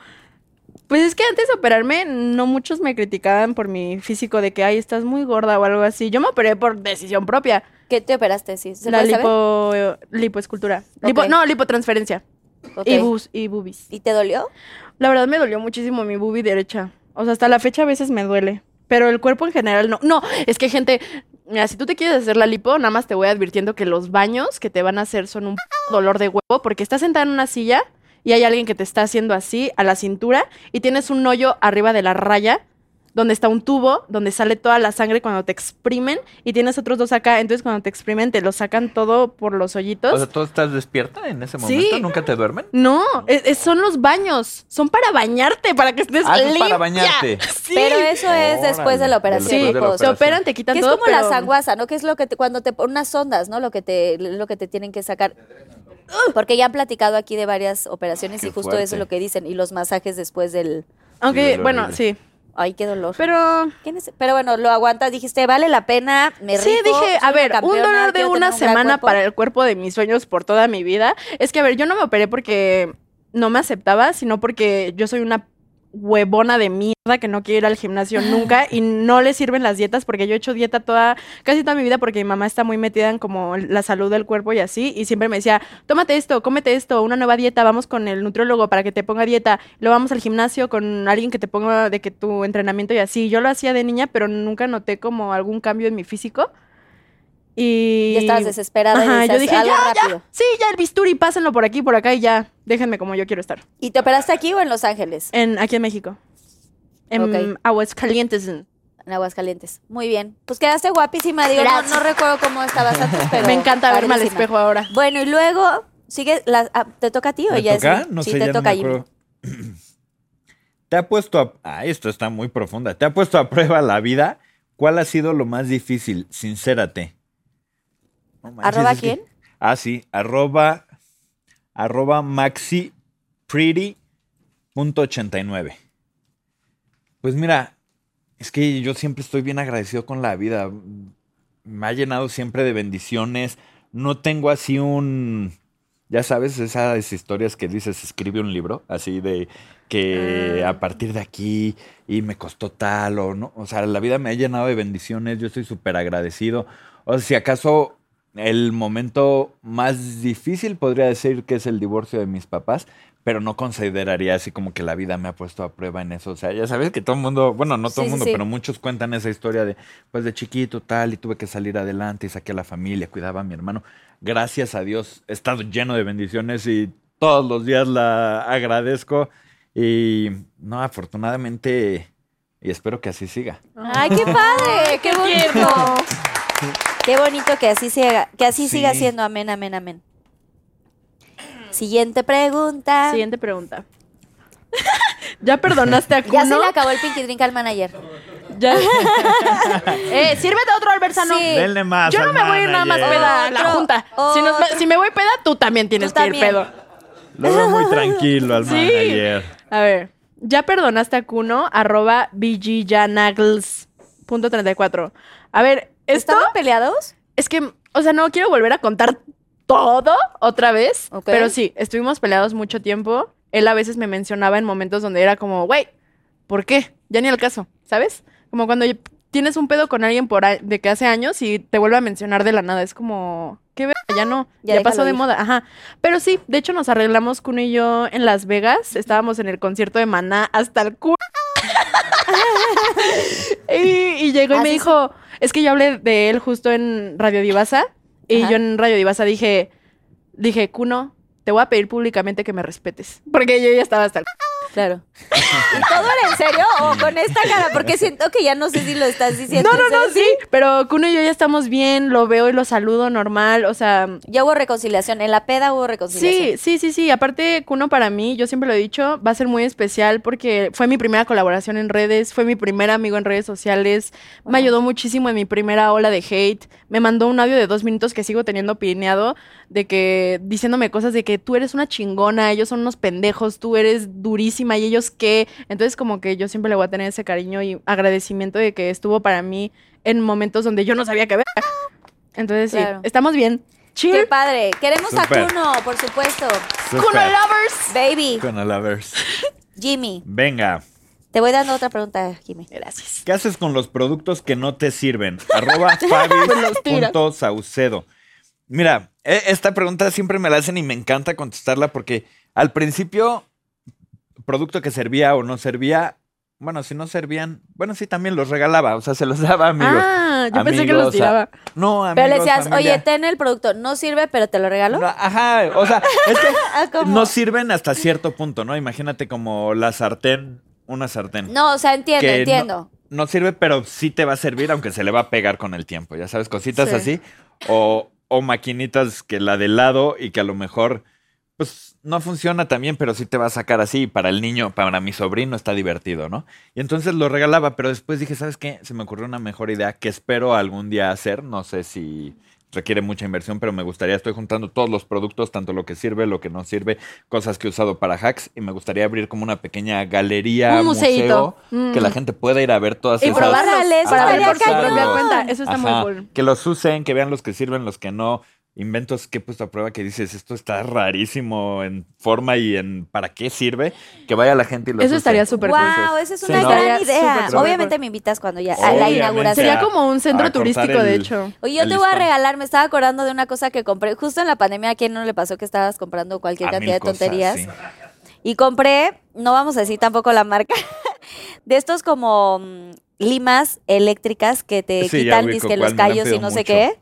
Pues es que antes de operarme, no muchos me criticaban por mi físico de que, ay, estás muy gorda o algo así. Yo me operé por decisión propia. ¿Qué te operaste? Sí, ¿Se La puede saber? lipo, eh, lipoescultura. Lipo- Ok. no, lipotransferencia. Ok. Y, bus, y boobies. ¿Y te dolió? La verdad me dolió muchísimo mi boobie derecha. O sea, hasta la fecha a veces me duele. Pero el cuerpo en general no. No, es que gente, mira, si tú te quieres hacer la lipo, nada más te voy advirtiendo que los baños que te van a hacer son un dolor de huevo porque estás sentada en una silla y hay alguien que te está haciendo así a la cintura y tienes un hoyo arriba de la raya donde está un tubo, donde sale toda la sangre cuando te exprimen y tienes otros dos acá, entonces cuando te exprimen te lo sacan todo por los hoyitos. O sea, ¿tú estás despierta en ese Sí. momento? ¿Nunca te duermen? No, es- es- son los baños. Son para bañarte, para que estés Ah, eso es limpia. para bañarte. Sí. Pero eso es después de la Órale, operación. después sí, de la post. se operación. operan, te quitan Que es todo. como la pero- sanguaza, ¿no? Que es lo que te- cuando te ponen unas ondas, ¿no? Lo que te lo que te tienen que sacar. Porque ya han platicado aquí de varias operaciones y Qué justo fuerte. eso es lo que dicen y los masajes después del Sí, Aunque, duele bueno, horrible. sí. ay, qué dolor. Pero ¿Quién es? Pero bueno, lo aguantas, dijiste, vale la pena, me sí, rifo, dije, soy a una ver, un campeona, dolor quiero de tener una un gran semana cuerpo. para el cuerpo de mis sueños por toda mi vida. Es que, a ver, yo no me operé porque no me aceptaba, sino porque yo soy una huevona de mierda que no quiere ir al gimnasio nunca y no le sirven las dietas porque yo he hecho dieta toda, casi toda mi vida porque mi mamá está muy metida en como la salud del cuerpo y así y siempre me decía, tómate esto, cómete esto, una nueva dieta, vamos con el nutriólogo para que te ponga dieta, lo vamos al gimnasio con alguien que te ponga de que tu entrenamiento y así. Yo lo hacía de niña, pero nunca noté como algún cambio en mi físico. Y Ya estabas desesperada y Ajá, decías, yo dije, algo ya, rápido. Sí, ya el bisturi, pásenlo por aquí, por acá y ya, déjenme como yo quiero estar. ¿Y te operaste aquí o en Los Ángeles? En, aquí en México. En Ok. Aguascalientes. En Aguascalientes. Muy bien. Pues quedaste guapísima, digo, no, Gracias. no recuerdo cómo estabas antes, pero Me encanta verme al padrísima. espejo ahora. Bueno, y luego sigue la- ah, te toca a ti o ¿Me ya toca? es No sí, sé, te ya no toca me a Jimmy. acuerdo. Te ha puesto a... Ah, esto está muy profunda. ¿Te ha puesto a prueba la vida? ¿Cuál ha sido lo más difícil? Sincérate. No manches, ¿Arroba es que- quién? Ah, sí. Arroba... Arroba maxi pretty punto 89. Pues mira, es que yo siempre estoy bien agradecido con la vida. Me ha llenado siempre de bendiciones. No tengo así un... Ya sabes, esas historias que dices, escribe un libro, así de que a partir de aquí y me costó tal o no. O sea, la vida me ha llenado de bendiciones, yo estoy súper agradecido. O sea, si acaso el momento más difícil podría decir que es el divorcio de mis papás, pero no consideraría así como que la vida me ha puesto a prueba en eso. O sea, ya sabes que todo el mundo, bueno, no Sí, todo sí, el mundo, sí. pero muchos cuentan esa historia de, pues de chiquito tal, y tuve que salir adelante y saqué a la familia, cuidaba a mi hermano gracias a Dios, he estado lleno de bendiciones y todos los días la agradezco. Y no, afortunadamente, y espero que así siga. Ay, qué padre, qué bonito. Qué bonito que así siga, que así Sí. siga siendo. Amén, amén, amén. Siguiente pregunta. Siguiente pregunta. ¿Ya perdonaste a Kuno? Ya se le acabó el Pinky Drink al manager. Ya. eh, sírvete otro albersano. Sí. Denle más. Yo no al me voy a ir nada más manager. peda a la Otro, junta. Si, nos- otro. si me voy peda, tú también tienes Tú que ir también. pedo. Lo veo muy tranquilo al Sí. manager. A ver, ya perdonaste a Kuno, arroba bgyanagles, punto 34. A ver, esto ¿Estaban peleados? es que, o sea, no quiero volver a contar todo otra vez. Ok. Pero sí, estuvimos peleados mucho tiempo. Él a veces me mencionaba en momentos donde era como, güey, ¿por qué? Ya ni al caso, ¿sabes? Como cuando tienes un pedo con alguien por a- de que hace años y te vuelve a mencionar de la nada. Es como, ¿qué ver? Ya no, Ah, Ya ya, déjalo pasó de ir. moda. Ajá. Pero sí, de hecho nos arreglamos Kuno y yo en Las Vegas. Estábamos en el concierto de Maná hasta el culo. y, y llegó y Así me dijo, es que yo hablé de él justo en Radio Divasa. Y Ajá. yo en Radio Divasa dije, dije, Kuno, te voy a pedir públicamente que me respetes. Porque yo ya estaba hasta el Claro. ¿Y todo era en serio o con esta cara? Porque siento que ya no sé si lo estás diciendo. No, no, ¿en serio? no, sí. Pero Kuno y yo ya estamos bien, lo veo y lo saludo normal. O sea, Ya hubo reconciliación. En la peda hubo reconciliación. sí, sí, sí, sí. Aparte, Kuno para mí, yo siempre lo he dicho, va a ser muy especial porque fue mi primera colaboración en redes, fue mi primer amigo en redes sociales, me ayudó muchísimo en mi primera ola de hate, me mandó un audio de dos minutos que sigo teniendo pineado, de que diciéndome cosas de que tú eres una chingona, ellos son unos pendejos, tú eres durísima y ellos qué. Entonces como que yo siempre le voy a tener ese cariño y agradecimiento de que estuvo para mí en momentos donde yo no sabía qué ver. Entonces Claro. sí, estamos bien. Chill. Qué padre. Queremos a Súper. Kuno, por supuesto. Kuno Lovers. Baby, Con Jimmy. Venga. Te voy dando otra pregunta, Eh, Jimmy. Gracias. ¿Qué haces con los productos que no te sirven? Arroba Fabi.saucedo. Mira, e- esta pregunta siempre me la hacen y me encanta contestarla porque al principio, producto que servía o no servía, bueno, si no servían, bueno, sí, también los regalaba, o sea, se los daba a amigos. Ah, yo pensé que Amigos, los tiraba. a- no, amigos, Pero le decías, familia. oye, ten el producto. No sirve, pero te lo regalo. No, ajá, o sea, es Ah, que ¿cómo? no sirven hasta cierto punto, ¿no? Imagínate como la sartén, una sartén. No, o sea, entiendo, que no- entiendo. No, sirve, pero sí te va a servir, aunque se le va a pegar con el tiempo, ya sabes, cositas Sí. así. O, o maquinitas que la de lado y que a lo mejor, pues no funciona también, pero sí te va a sacar así. Y para el niño, para mi sobrino está divertido, ¿no? Y entonces lo regalaba, pero después dije, ¿sabes qué? Se me ocurrió una mejor idea que espero algún día hacer. No sé si requiere mucha inversión, pero me gustaría, estoy juntando todos los productos, tanto lo que sirve, lo que no sirve, cosas que he usado para hacks, y me gustaría abrir como una pequeña galería, Un museo, museito. que la Mm. gente pueda ir a ver todas Y esas... probar probarlos Órale, eso para ver estaría por su cañón. propia cuenta. Eso está muy Ajá, cool. Que los usen, que vean los que sirven, los que no. Inventos que he puesto a prueba que dices, esto está rarísimo en forma y en para qué sirve, que vaya la gente y lo Eso estaría súper cool. Wow, esa es Sí, una ¿no? gran Estaría idea. súper cool. Obviamente me invitas cuando ya a la Obviamente. inauguración. Sería a- como un a centro cortar turístico, de el- hecho. Oye, yo el te voy a listón. regalar, me estaba acordando de una cosa que compré justo en la pandemia, ¿a quién no le pasó que estabas comprando cualquier A mil cantidad de cosas, tonterías? sí. Y compré, no vamos a decir tampoco la marca, de estos como mm, limas eléctricas que te Sí, ya quitan ubico dizque, cuál, los me la han callos y pedido no sé mucho. qué.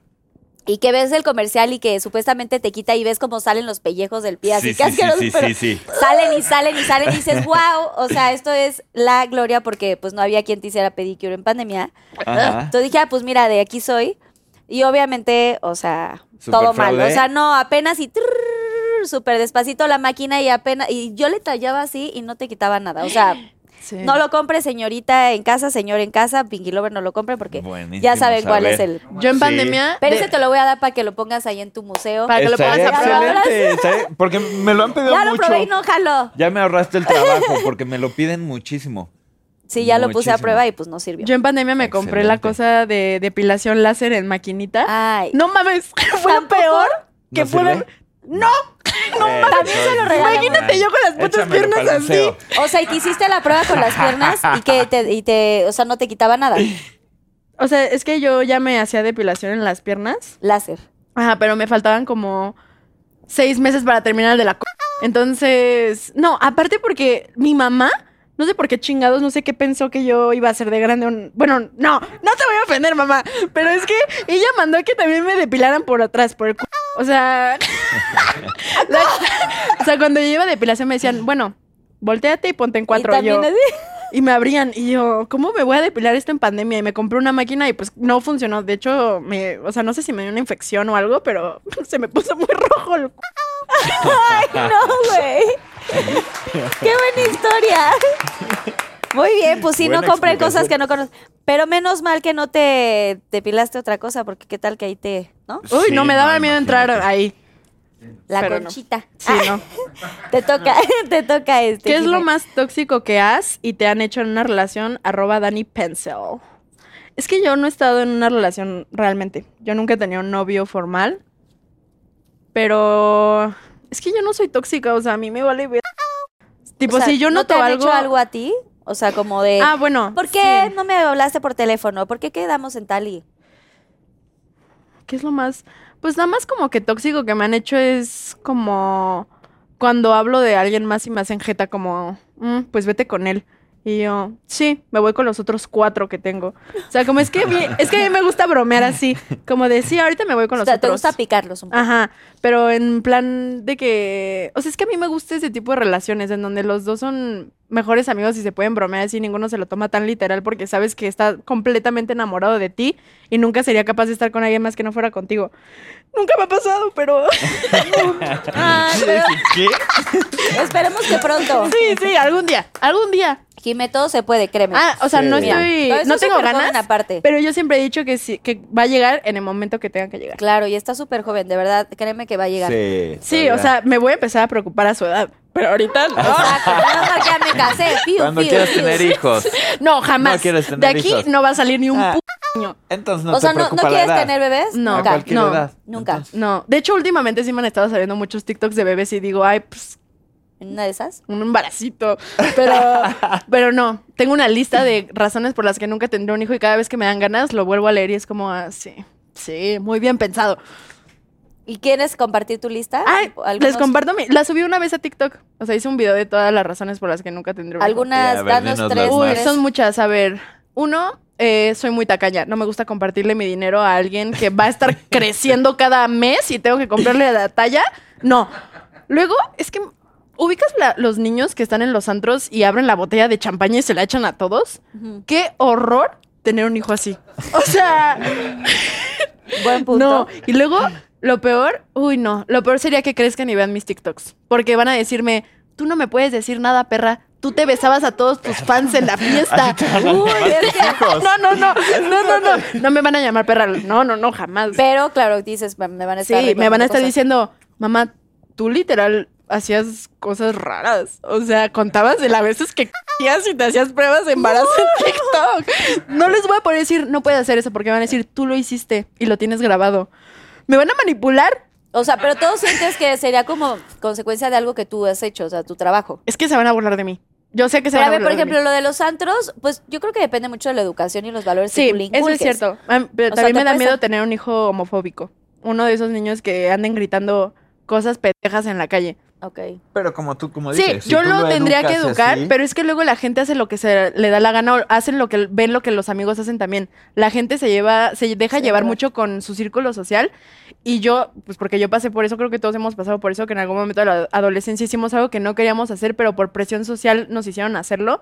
Y que ves el comercial y que supuestamente te quita y ves cómo salen los pellejos del pie, así Sí, que sí, sí, asqueroso, sí, pero sí, sí. salen y salen y salen y dices, wow, o sea, esto es la gloria porque pues no había quien te hiciera pedicure en pandemia. Ajá. Entonces dije, ah, pues mira, de aquí soy. Y obviamente, o sea, Súper todo fraude. mal. O sea, no, apenas y trrrr, súper despacito la máquina y apenas. Y yo le tallaba así y no te quitaba nada. O sea, Eh. Sí. no lo compre, señorita en casa, señor en casa, Pinky Lover no lo compre porque Buenísimo ya saben cuál es saber. el. Yo en Sí. pandemia. Pero de- ese te lo voy a dar para que lo pongas ahí en tu museo. Para que lo Estaría pongas a prueba. excelente, estaría- Porque me lo han pedido Ya lo mucho. probé y no jaló. Ya me ahorraste el trabajo porque me lo piden muchísimo. Sí, ya lo puse a Muchísimo. prueba y pues no sirvió. Yo en pandemia me compré la Excelente. cosa de depilación láser en maquinita. Ay. No mames, fue lo peor que ¿No pude. sirve? No, no Eh, mames. entonces, Imagínate yo con las putas Échamelo piernas pa'l así. museo. O sea, y te hiciste la prueba con las piernas y que te, y te, o sea, no te quitaba nada. O sea, es que yo ya me hacía depilación en las piernas. Láser. Ajá, pero me faltaban como seis meses para terminar el de la co- Entonces, no, aparte porque mi mamá, no sé por qué chingados, no sé qué pensó que yo iba a ser de grande. un- Bueno, no, no te voy a ofender, mamá. Pero es que ella mandó que también me depilaran por atrás, por el cu- O sea, la- o sea, cuando yo iba a depilación me decían, bueno, volteate y ponte en cuatro. Y Y, yo- también así. y me abrían. Y yo, ¿cómo me voy a depilar esto en pandemia? Y me compré una máquina y pues no funcionó. De hecho, me, o sea, no sé si me dio una infección o algo, pero se me puso muy rojo el cu- Ah. No, güey. Qué buena historia. Muy bien, pues sí, no Buena compré explicación. cosas que no conoces. Pero menos mal que no te depilaste otra cosa, porque qué tal que ahí te, ¿no? Uy, Sí, no me daba no, miedo imagínate. entrar ahí. La Pero no. conchita. Sí, no. Te toca, te toca este. ¿Qué es lo Jimé. más tóxico que has y te han hecho en una relación? Arroba Dani Pencil. Es que yo no he estado en una relación realmente. Yo nunca he tenido un novio formal. Pero es que yo no soy tóxica, o sea, a mí me vale ver. Tipo, O sea, si yo noto ¿no te han algo. hecho algo a ti? O sea, como de... Ah, bueno. ¿Por qué sí. no me hablaste por teléfono? ¿Por qué quedamos en tal y...? ¿Qué es lo más? Pues nada más como que tóxico que me han hecho es como cuando hablo de alguien más y me hacen jeta como, "Mm, pues vete con él. Y yo, sí, me voy con los otros cuatro que tengo. O sea, como es que a mí, es que a mí me gusta bromear así, como de, sí, ahorita me voy con O los sea, te otros. gusta picarlos un poco. Ajá, pero en plan de que, o sea, es que a mí me gusta ese tipo de relaciones en donde los dos son mejores amigos y se pueden bromear así, ninguno se lo toma tan literal porque sabes que está completamente enamorado de ti y nunca sería capaz de estar con alguien más que no fuera contigo. Nunca me ha pasado, pero Ah, Ay, Ah, pero ¿Qué? esperemos que pronto. sí, sí, algún día, algún día. Jime, todo se puede, créeme. Ah, o sea, no Sí. estoy, Todo eso no es tengo súper joven ganas, aparte. pero yo siempre he dicho que sí, que va a llegar en el momento que tenga que llegar. Claro, y está súper joven, de verdad, créeme que va a llegar. Sí, Sí, o sea, me voy a empezar a preocupar a su edad, pero ahorita no. Exacto, menos mal que ya me casé. Piu, Cuando piu, quieras piu. tener hijos. No, jamás. No quieres tener de aquí hijos. no va a salir ni un Ah. pu- niño. Entonces no o sea, te no, ¿no preocupa la quieres edad. tener bebés? No. A Nunca. cualquier no, edad. nunca. Entonces, No, de hecho últimamente sí me han estado saliendo muchos TikToks de bebés y digo, ay, pues ¿En una de esas? un embaracito, pero, pero no, tengo una lista de razones por las que nunca tendré un hijo y cada vez que me dan ganas lo vuelvo a leer y es como, ah, sí, sí, muy bien pensado. ¿Y quieres compartir tu lista? Ay, les Ah, Algunos- comparto mi, la subí una vez a TikTok, o sea, hice un video de todas las razones por las que nunca tendré un hijo. Algunas, Ya, a ver, danos dinos tres. las Uy, tres. son muchas. A ver, uno, eh, soy muy tacaña. No me gusta compartirle mi dinero a alguien que va a estar creciendo cada mes y tengo que comprarle la talla. No. Luego, es que ubicas la- los niños que están en los antros y abren la botella de champaña y se la echan a todos. Ujú. Qué horror tener un hijo así. O sea, Buen punto. no. Y luego, lo peor, uy, no. Lo peor sería que crezcan y vean mis TikToks. Porque van a decirme, tú no me puedes decir nada, perra. Tú te besabas a todos tus fans en la fiesta. Uy, es que- No, no, no. No, no, no. No me van a llamar perra. No, no, no, jamás. Pero, claro, dices, me me van a estar Sí, me van a estar recordando diciendo, mamá, tú literal hacías cosas raras. O sea, contabas de las veces que hacías y te hacías pruebas de embarazo en TikTok. No les voy a poder decir, no puedes hacer eso, porque van a decir, tú lo hiciste y lo tienes grabado. ¿Me van a manipular? cosas. O sea, pero todos sientes que sería como consecuencia de algo que tú has hecho, o sea, tu trabajo. Es que se van a burlar de mí. Yo sé que se Pero van a a ver, burlar por de mí. ejemplo, lo de los antros, pues yo creo que depende mucho de la educación y los valores que Sí, tú le eso es inculques. cierto. Am- Pero O sea, te también me da puedes- miedo tener un hijo homofóbico. Uno de esos niños que anden gritando cosas pendejas en la calle. Ok. Pero como tú, como Sí, dices. si yo tú lo, tendría que educas educar, así, pero es que luego la gente hace lo que se le da la gana, o hacen lo que ven lo que los amigos hacen también. La gente se lleva, se deja Sí, llevar verdad. mucho con su círculo social y yo, pues porque yo pasé por eso, creo que todos hemos pasado por eso, que en algún momento de la adolescencia hicimos algo que no queríamos hacer, pero por presión social nos hicieron hacerlo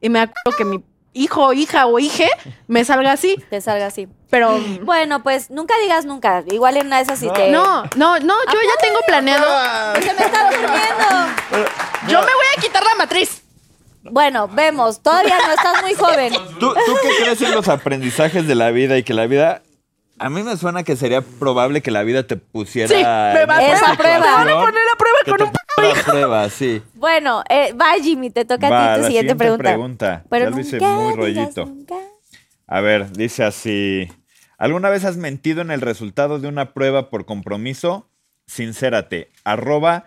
y me acuerdo que mi hijo, hija o hije me salga así, Te salga así. pero Bueno, pues nunca digas nunca. Igual en una de esas sí te. no, no, no, yo ya tengo planeado, Se me está durmiendo. yo me voy a quitar la matriz. Bueno, vemos. Todavía no estás muy joven. ¿Tú, ¿Tú qué crees en los aprendizajes de la vida y que la vida... A mí me suena que sería probable que la vida te pusiera... Sí, me va a en Esa esa prueba. situación, Me van a poner a prueba que con te un pusiera a prueba, sí. Bueno, eh, va Jimmy, te toca Va, a ti tu la siguiente, siguiente pregunta. pregunta. Pero Ya lo nunca hice muy digas rollito. nunca. A ver, dice así. ¿Alguna vez has mentido en el resultado de una prueba por compromiso? Sincérate. Arroba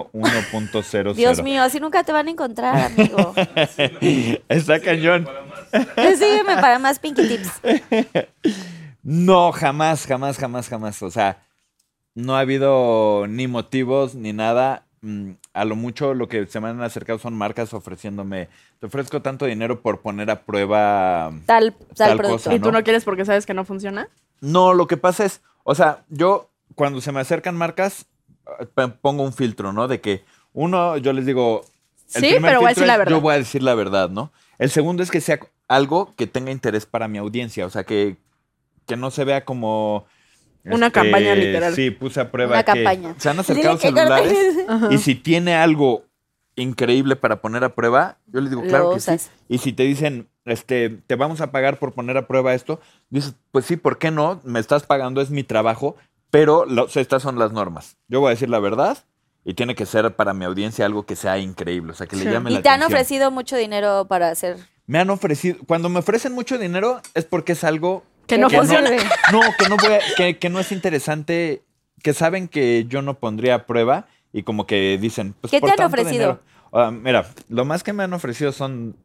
555.201.00. Dios mío, así nunca te van a encontrar, amigo. Está cañón. Sígueme para más Pinky Tips. No, jamás, jamás, jamás, jamás. O sea, no ha habido ni motivos ni nada. Mm, A lo mucho lo que se me han acercado son marcas ofreciéndome, te ofrezco tanto dinero por poner a prueba. Tal, tal, Tal producto. cosa. ¿Y tú ¿no? no quieres porque sabes que no funciona? No, lo que pasa es, o sea, yo cuando se me acercan marcas, eh, p- pongo un filtro, ¿no? De que uno, yo les digo, Sí, primer pero voy a filtro decir la es, verdad. Yo voy a decir la verdad, ¿no? El segundo es que sea algo que tenga interés para mi audiencia, o sea, que, que no se vea como... este, Una campaña literal. Sí, puse a prueba. Una que campaña. Se han Dile acercado que corte. celulares y si tiene algo increíble para poner a prueba, yo les digo, Lo claro que usas. sí. Y si te dicen, este, te vamos a pagar por poner a prueba esto, dices, pues sí, ¿por qué no? Me estás pagando, es mi trabajo, pero lo- estas son las normas. Yo voy a decir la verdad y tiene que ser para mi audiencia algo que sea increíble, o sea, que Sí. le llame la Y te han atención. ofrecido mucho dinero para hacer. Me han ofrecido, cuando me ofrecen mucho dinero es porque es algo Que no Que no- funciona. No, que no, voy a- que, que no es interesante, que saben que yo no pondría a prueba y como que dicen, pues, ¿Qué te por han tanto ofrecido? dinero. Ah, mira, lo más que me han ofrecido son...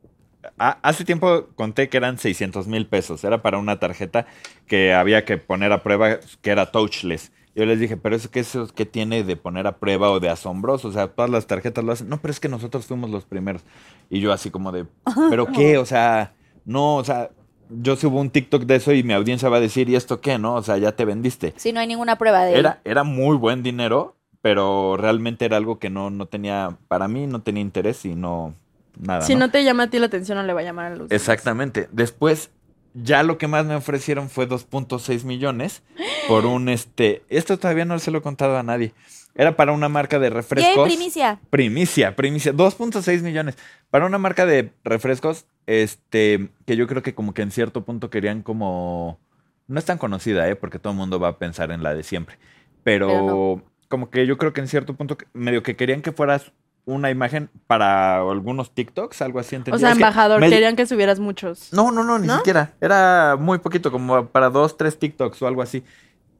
a- hace tiempo conté que eran 600 mil pesos, era para una tarjeta que había que poner a prueba, que era touchless. Yo les dije, pero eso, ¿qué, eso, ¿qué tiene de poner a prueba o de asombroso? O sea, todas las tarjetas lo hacen. No, pero es que nosotros fuimos los primeros. Y yo así como de, ¿pero qué? O sea, no, o sea, yo subo un TikTok de eso y mi audiencia va a decir, ¿y esto qué? No, o sea, ya te vendiste. Si no hay ninguna prueba de Era, era muy buen dinero, pero realmente era algo que no, no tenía, para mí no tenía interés y no, nada. Si ¿no? no te llama a ti la atención, no le va a llamar a los. Exactamente. Después, ya lo que más me ofrecieron fue 2.6 millones por un, este, esto todavía no se lo he contado a nadie. Era para una marca de él. Yay, refrescos. primicia. Primicia, primicia. 2.6 millones. Para una marca de refrescos, este, que yo creo que como que en cierto punto querían como... No es tan conocida, ¿eh? Porque todo el mundo va a pensar en la de siempre. Pero, Pero como que yo creo que en cierto punto, que- medio que querían que fueras una imagen para algunos TikToks, algo así. O ¿entendí? sea, Es que embajador, me- querían que subieras muchos. no, no, no, ni ¿No? siquiera. Era muy poquito, como para dos, tres TikToks o algo así.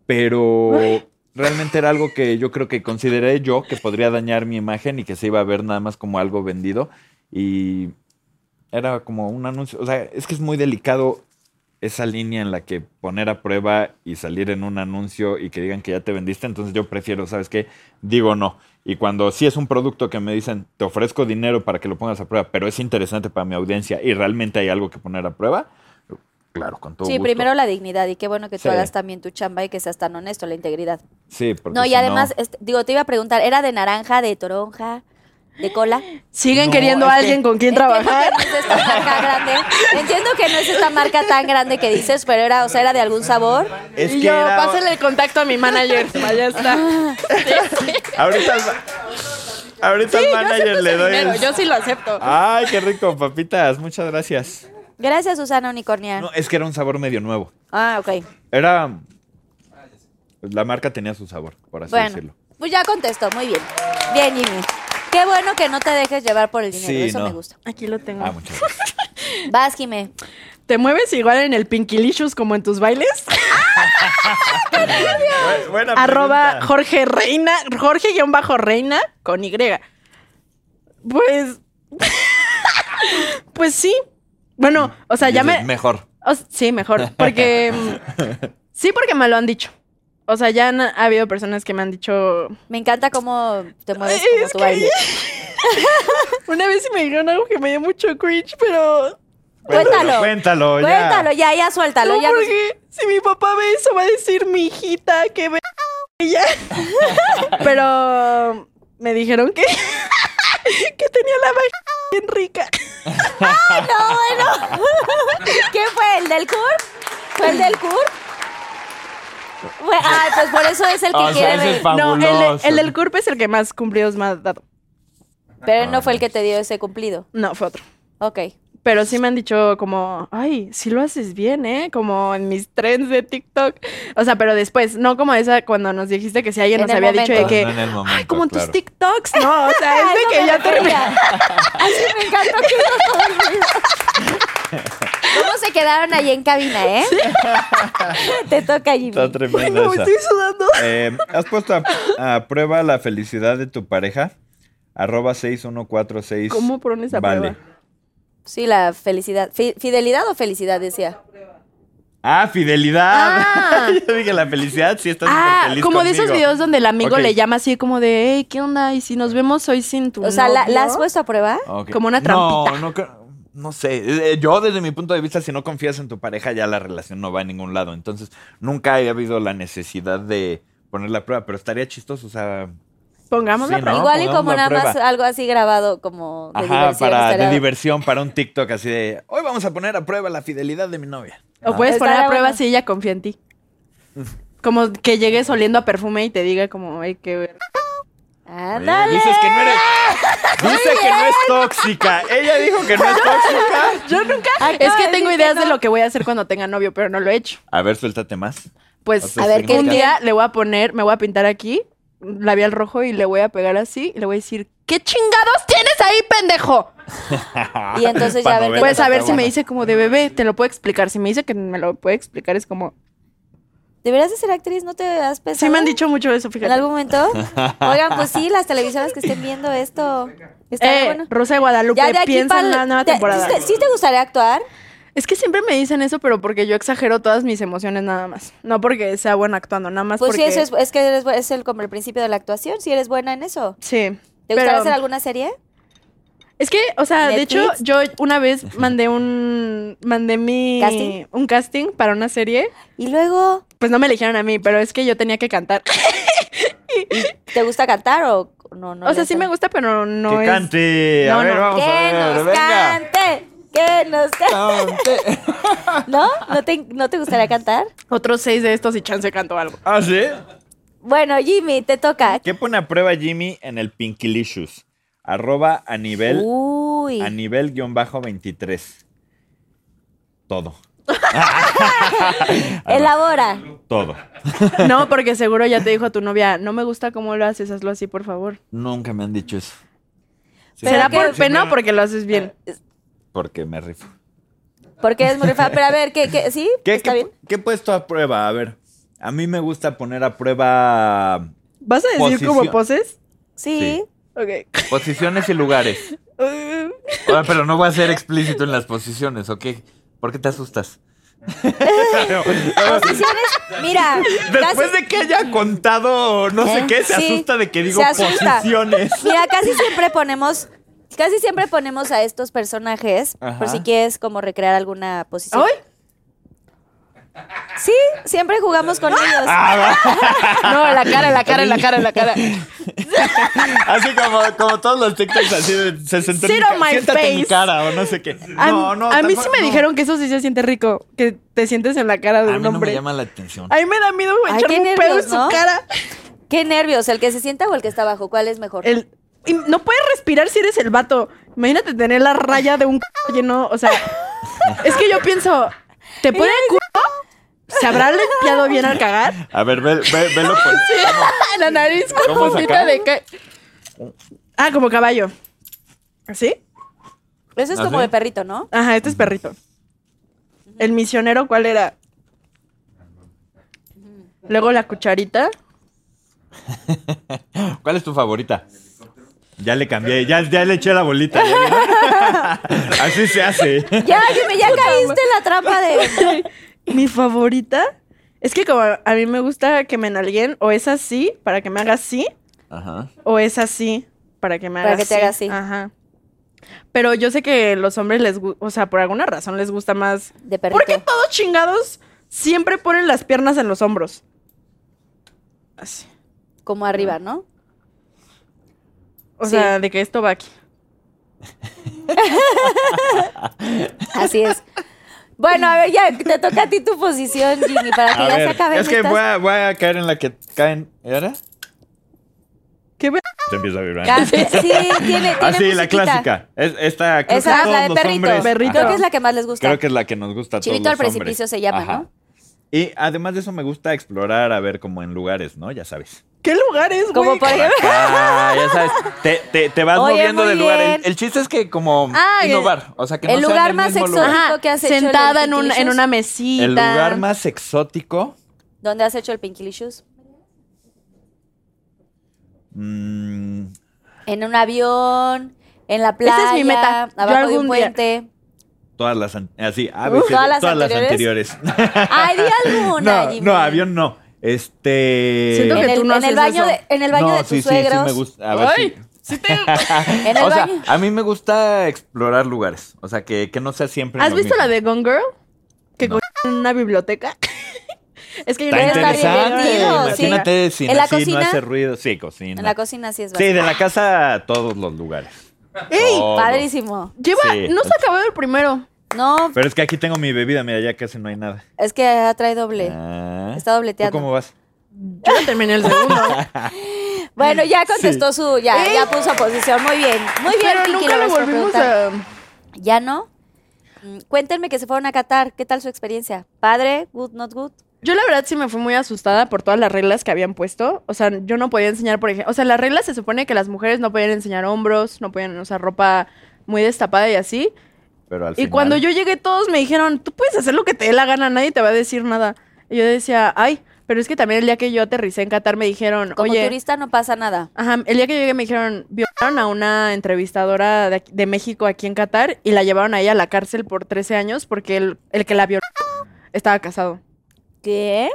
Pero realmente era algo que yo creo que consideré yo que podría dañar mi imagen y que se iba a ver nada más como algo vendido. Y era como un anuncio. O sea, es que es muy delicado esa línea en la que poner a prueba y salir en un anuncio y que digan que ya te vendiste. Entonces yo prefiero, ¿sabes qué? Digo no. Y cuando sí es un producto que me dicen, te ofrezco dinero para que lo pongas a prueba, pero es interesante para mi audiencia y realmente hay algo que poner a prueba, claro, con todo Sí, gusto. primero la dignidad y qué bueno que tú Sí. hagas también tu chamba y que seas tan honesto, la integridad. Sí, porque No, y si además, este, digo, te iba a preguntar, ¿era de naranja, de toronja, de cola? Siguen No, queriendo a es que- alguien con quien Entiendo trabajar. que no es esta marca grande. Entiendo que no es esta marca tan grande que dices, pero era, o sea, era de algún sabor. Es y que yo, era- pásale el contacto a mi manager. Vaya está. Ahorita, al- ahorita al manager le doy. Dinero, el- Ah. yo sí lo acepto. Ay, qué rico, papitas, muchas gracias. Gracias, Susana Unicornia. No, es que era un sabor medio nuevo. Ah, ok. Era. pues, La marca tenía su sabor, por así Bueno, decirlo. pues ya contestó, muy bien. Bien, Jimmy. Qué bueno que no te dejes llevar por el dinero, Sí, eso no. me gusta. Aquí lo tengo. Ah, muchas gracias. Vas, Jimmy. ¿Te mueves igual en el Pinkilicious como en tus bailes? Bu- Buena Arroba pregunta. Jorge Reina, Jorge-Reina con Y. Pues. pues sí. Bueno, o sea, ya Dices, me. Mejor. o s- sí, mejor. Porque. mm, sí, porque me lo han dicho. O sea, ya han- ha habido personas que me han dicho. Me encanta cómo te mueves Ay, como es tu que- baile. Una vez sí me dijeron algo que me dio mucho cringe, pero. Cuéntalo. Cuéntalo, ya. Cuéntalo, ya, ya, suéltalo. No, ya no- porque si mi papá ve eso va a decir mi hijita que ve ella. Pero me dijeron que que tenía la vagina bien rica. No, bueno. ¿Quién fue? ¿El del CUR? ¿Fue el del CUR? Fue- Ay, pues por eso es el que Ah, O sea, quiere ese ver. es No, el, de- fabuloso. el del curpe es el que más cumplidos me ha dado. Pero Ah. no fue el que te dio ese cumplido. No, fue otro. Ok. Pero sí me han dicho como, ay, sí lo haces bien, ¿eh? Como en mis trends de TikTok. O sea, pero después, no como esa cuando nos dijiste que si alguien En nos el había dicho de momento. que, No, no en el ay, momento, como en claro. tus TikToks. No, o sea, es de que ya terminé. Así me encantó que no todo el mundo. ¿Cómo se quedaron ahí en cabina, eh? Te toca, Jimmy. Está tremendo Bueno, me esa. estoy sudando. Eh, ¿Has puesto a, a prueba la felicidad de tu pareja? Arroba 6146. ¿Cómo pones a vale. prueba? Sí, la felicidad. Fi- ¿Fidelidad o felicidad? Decía. Ah, fidelidad. Ah. Yo dije la felicidad, sí, estás Ah, súper feliz como de esos conmigo. videos donde el amigo Ok. le llama así como de, hey, ¿qué onda? Y si nos vemos hoy sin tu O sea, ¿la, novio?" ¿la has puesto a prueba? Ok. como una No, trampita. no, cre- no sé. Eh, Yo, desde mi punto de vista, si no confías en tu pareja, ya la relación no va a ningún lado. Entonces, nunca ha habido la necesidad de poner la prueba, pero estaría chistoso, o sea, Pongamos la Sí, prueba. No, Igual y como pongamos la nada más prueba. algo así grabado como de ajá, diversión. para estaría- de diversión, para un TikTok así de, hoy vamos a poner a prueba la fidelidad de mi novia. O puedes poner Estaría a prueba bueno. si ella confía en ti. Como que llegues oliendo a perfume y te diga como, ay, qué ver. Ándale. Eh, Dices que no eres... Dice que no es tóxica. Ella dijo que no es tóxica. Yo nunca. Acaba es que de tengo decir ideas que de no. lo que voy a hacer cuando tenga novio, pero no lo he hecho. A ver, suéltate más. Pues Otros A ver, ¿qué- un significados. día le voy a poner, me voy a pintar aquí labial rojo y le voy a pegar así y le voy a decir, ¿qué chingados tienes ahí, pendejo? Y entonces ya Pa' ven que- Pues a ver si me Bueno. dice como de bebé, te lo puedo explicar. Si me dice que me lo puede explicar, es como. ¿Deberías de ser actriz? ¿No te has pensado? Sí, me han dicho mucho eso, ¿En fíjate. algún momento? Oigan, pues sí, las televisoras que estén viendo esto. Está Eh, bueno. Rosa de Guadalupe, Ya de aquí piensa en pa'l- la nueva te- temporada. ¿sí te- ¿Sí te gustaría actuar? Es que siempre me dicen eso, pero porque yo exagero todas mis emociones nada más. No porque sea bueno actuando, nada más Pues sí, porque. eso es, es que eres bu- es el, como el principio de la actuación, si eres buena en eso. Sí. ¿Te pero- gustaría hacer alguna serie? Es que, o sea, de hecho, ¿Netflix? yo una vez mandé un. Mandé mi. ¿Casting? Un casting para una serie. Y luego, Pues no me eligieron a mí, pero es que yo tenía que cantar. ¿te gusta cantar o no? no o sea, le sí gusta? me gusta, pero no que es. cante. no, a ver, no. vamos Que a ver. nos Venga. cante, que nos cante. Cante. ¿No? ¿No te, ¿No te gustaría cantar? Otros seis de estos y chance canto algo. ¿Ah, sí? Bueno, Jimmy, te toca. ¿Qué pone a prueba Jimmy en el Pinkilicious? Arroba a nivel, Uy. a nivel guión bajo 23. Todo, Elabora. todo. No, porque seguro ya te dijo a tu novia, no me gusta cómo lo haces, hazlo así, por favor. Nunca me han dicho eso. Sí, ¿Será sí, por sí, pena o me- porque lo haces bien? Porque me rifo. Porque es muy rifa. Pero a ver, ¿qué, qué, sí ¿Qué, ¿Está qué- bien? qué he puesto a prueba? A ver, a mí me gusta poner a prueba ¿Vas a decir Posición. como poses? Sí. sí. Ok. posiciones y lugares. Ahora, pero no voy a ser explícito en las posiciones, ¿ok? ¿Por qué te asustas? Posiciones, mira. Después casi- de que haya contado no ¿Eh? sé qué, se Sí, asusta de que digo se asusta. posiciones. Mira, casi siempre ponemos. Casi siempre ponemos a estos personajes Ajá. por si quieres como recrear alguna posición. ¿Hoy? Sí, siempre jugamos Ah. con ellos. No, en la cara, en la cara, en la cara, en la cara. Así como, como todos los TikToks, así de, se sentó en mi Sit on ca- my siéntate en mi face. cara o no sé qué. A, no, no, a mí tampoco- sí me no. dijeron que eso sí se siente rico, que te sientes en la cara de A mí un no me hombre. llama la atención. A mí me da miedo Ay, echarme qué un pedo nervios, en ¿no? su cara. Qué nervios, el que se sienta o el que está abajo, ¿cuál es mejor? El- y no puedes respirar si eres el vato. Imagínate tener la raya de un c lleno. O sea, es que yo pienso, ¿te pone el culo? ¿Se habrá limpiado bien al cagar? A ver, ve, ve, velo por. la nariz con ¿Cómo puntita sacar? de ca- Ah, como caballo. ¿Así? Eso es ¿Ah, como sí? de perrito, ¿no? Ajá, este es perrito. El misionero, ¿cuál era? Luego la cucharita. ¿Cuál es tu favorita? Ya le cambié, ya, ya le eché la bolita. ¿ya vieron? Así se hace. Ya, Jimmy, ya caíste en la trampa de. Mi favorita. Es que como a mí me gusta que me enalguen, o es así, para que me haga así, Ajá. O es así para que me haga Para que te haga así. Ajá. Pero yo sé que los hombres les gusta, o sea, por alguna razón les gusta más. De ¿Por qué perrito. todos chingados siempre ponen las piernas en los hombros? Así. Como arriba, ¿no? O Sí. sea, de que esto va aquí. Así es. Bueno, a ver, ya te toca a ti tu posición, Jimmy, para que A ya ver, se acaben es que estas- voy a, voy a caer en la que caen. ¿Y ahora? ¿Qué ve- Se empieza a vibrar. Ya, Sí, tiene, tiene Así, Ah, la musiquita. clásica. Es, esta, creo que Esa es todos la de los perrito. hombres- Perrito. Creo Ajá. que es la que más les gusta. Creo que es la que nos gusta a todos Chivito al los hombres. precipicio se llama, Ajá. ¿no? Y además de eso me gusta explorar, a ver, como en lugares, ¿no? Ya sabes. ¿Qué lugar es, güey? Como por ejemplo. Ah, ya sabes. Te, te- te vas Oye, moviendo muy de lugar. bien. El, el chiste es que como Ah, el- innovar. O sea, que no el sea en lugar el más mismo exótico. lugar. Ajá, que has hecho sentada en en, el un- en Pinky una mesita. El lugar más exótico. ¿Dónde has hecho el Pinky Licious? mm, En un avión, en la playa. Esa es mi meta. Yo Abajo de un algún día. puente. todas las an- así, ah, a Uf. veces, Uh, ¿Todas las anteriores? anteriores. Ay, di alguna, no, Jimmy. no, avión no. Este. Siento En que el, tú no en el haces baño eso. de, en el baño no, de tus sí, sí, suegros. sí me gusta. A ver, Ay, sí. sí te- En el o sea, baño. a mí me gusta explorar lugares. O sea, que, que no sea siempre. ¿Has lo visto mismo. la de Gone Girl? Que No. cogió en una biblioteca. es que yo Pero Está está interesante. divertido, sí. imagínate sin ¿En la así cocina? no hace ruido. Sí, cocina. En la cocina sí es sí, bastante. de la casa a todos los lugares. Todos. Padrísimo. Lleva, Sí. no se ha acabado el primero. No, Pero es que aquí tengo mi bebida, mira, ya casi no hay nada. es que ah, trae doble. Ah. Está dobleteando. ¿Tú cómo vas? Yo no terminé el segundo. Bueno, ya contestó su, ya, Ey. ya puso posición. Muy bien, muy bien. ¿Eh? Pero Pinky, nunca lo vas volvimos preguntar. a. ¿Ya no? Mm, Cuéntenme que se fueron a Qatar. ¿Qué tal su experiencia? ¿Padre? ¿Good? ¿Not good? Yo la verdad sí me fui muy asustada por todas las reglas que habían puesto. O sea, yo no podía enseñar, por ejemplo. O sea, las reglas se supone que las mujeres no podían enseñar hombros, no podían usar ropa muy destapada y así. Pero al Y final- cuando yo llegué, todos me dijeron, tú puedes hacer lo que te dé la gana, nadie te va a decir nada. Y yo decía, ay, pero es que también el día que yo aterricé en Qatar me dijeron, Como oye, turista no pasa nada. Ajá, el día que yo llegué me dijeron, violaron a una entrevistadora de, aquí- de México aquí en Qatar y la llevaron a ella a la cárcel por 13 años porque el, el que la violó estaba casado. ¿Qué?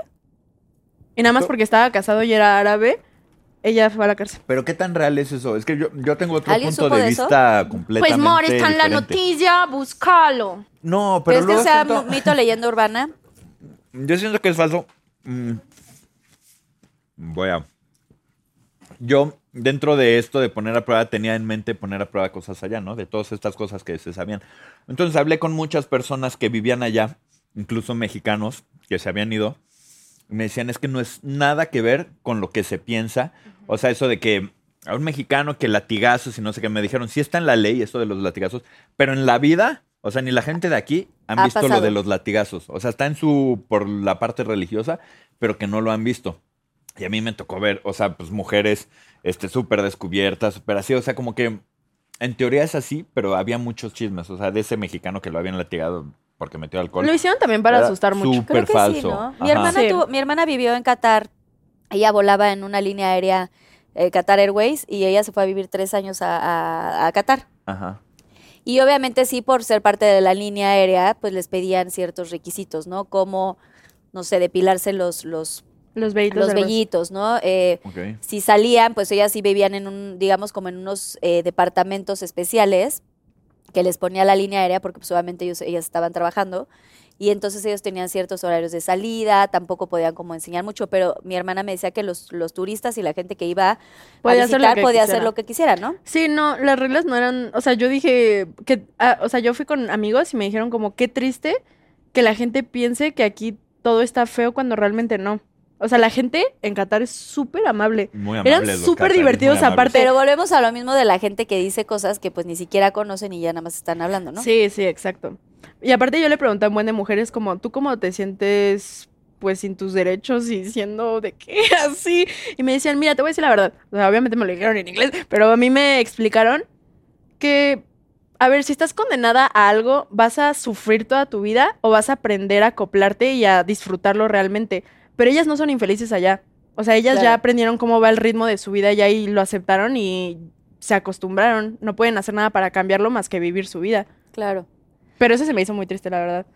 Y nada más porque estaba casado y era árabe, ella fue a la cárcel. Pero qué tan real es eso? Es que yo, yo tengo otro ¿Alguien punto supo de de eso? Pues, vista completamente diferente. noticia, búscalo. No, Pero pero es que luego sea siento- mu- mito leyenda urbana. Yo siento que es falso. Mm. Voy a. Yo, dentro de esto de poner a prueba, tenía en mente poner a prueba cosas allá, ¿no? De todas estas cosas que se sabían. Entonces hablé con muchas personas que vivían allá, incluso mexicanos que se habían ido. y Me decían, es que no es nada que ver con lo que se piensa. O sea, eso de que a un mexicano que latigazos y no sé qué. Me dijeron, sí está en la ley esto de los latigazos, pero en la vida, o sea, ni la gente de aquí han Ha visto lo pasado. de los latigazos. O sea, está en su, por la parte religiosa, pero que no lo han visto. Y a mí me tocó ver, o sea, pues mujeres este, súper descubiertas, súper así, o sea, como que en teoría es así, pero había muchos chismes, o sea, de ese mexicano que lo habían latigado porque metió alcohol. Lo hicieron también para Era asustar mucho. Creo súper que sí, falso. ¿no? Mi Ajá. hermana, Sí. tuvo- mi hermana vivió en Qatar. Ella volaba en una línea aérea eh, Qatar Airways y ella se fue a vivir tres años a, a- a Qatar. Ajá. Y obviamente sí, por ser parte de la línea aérea, pues les pedían ciertos requisitos, ¿no? Como, no sé, depilarse los, los, Los vellitos. los del brazo. vellitos, ¿no? Eh, Ok. si salían, pues ellas sí vivían en un, digamos, como en unos eh, departamentos especiales que les ponía la línea aérea porque pues obviamente ellos, ellas estaban trabajando y entonces ellos tenían ciertos horarios de salida, tampoco podían como enseñar mucho, pero mi hermana me decía que los, los turistas y la gente que iba Podía a hacer lo visitar que podía hacer quisiera. lo que quisiera, ¿no? Sí, no, las reglas no eran, o sea, yo dije que, ah, o sea, yo fui con amigos y me dijeron como qué triste que la gente piense que aquí todo está feo cuando realmente no. O sea, la gente en Qatar es súper amable. Muy Eran amables los súper cataríes, divertidos muy amables. aparte. Pero volvemos a lo mismo de la gente que dice cosas que pues ni siquiera conocen y ya nada más están hablando, ¿no? Sí, sí, exacto. Y aparte yo le pregunté a un buen de mujeres como, ¿tú cómo te sientes pues sin tus derechos y siendo de qué así? Y me decían, mira, te voy a decir la verdad. O sea, obviamente me lo dijeron en inglés, pero a mí me explicaron que, a ver, si estás condenada a algo, ¿vas a sufrir toda tu vida o vas a aprender a acoplarte y a disfrutarlo realmente? Pero ellas no son infelices allá. O sea, ellas ya Claro. aprendieron cómo va el ritmo de su vida allá y lo aceptaron y se acostumbraron. No pueden hacer nada para cambiarlo más que vivir su vida. Claro. Pero eso se me hizo muy triste, la verdad.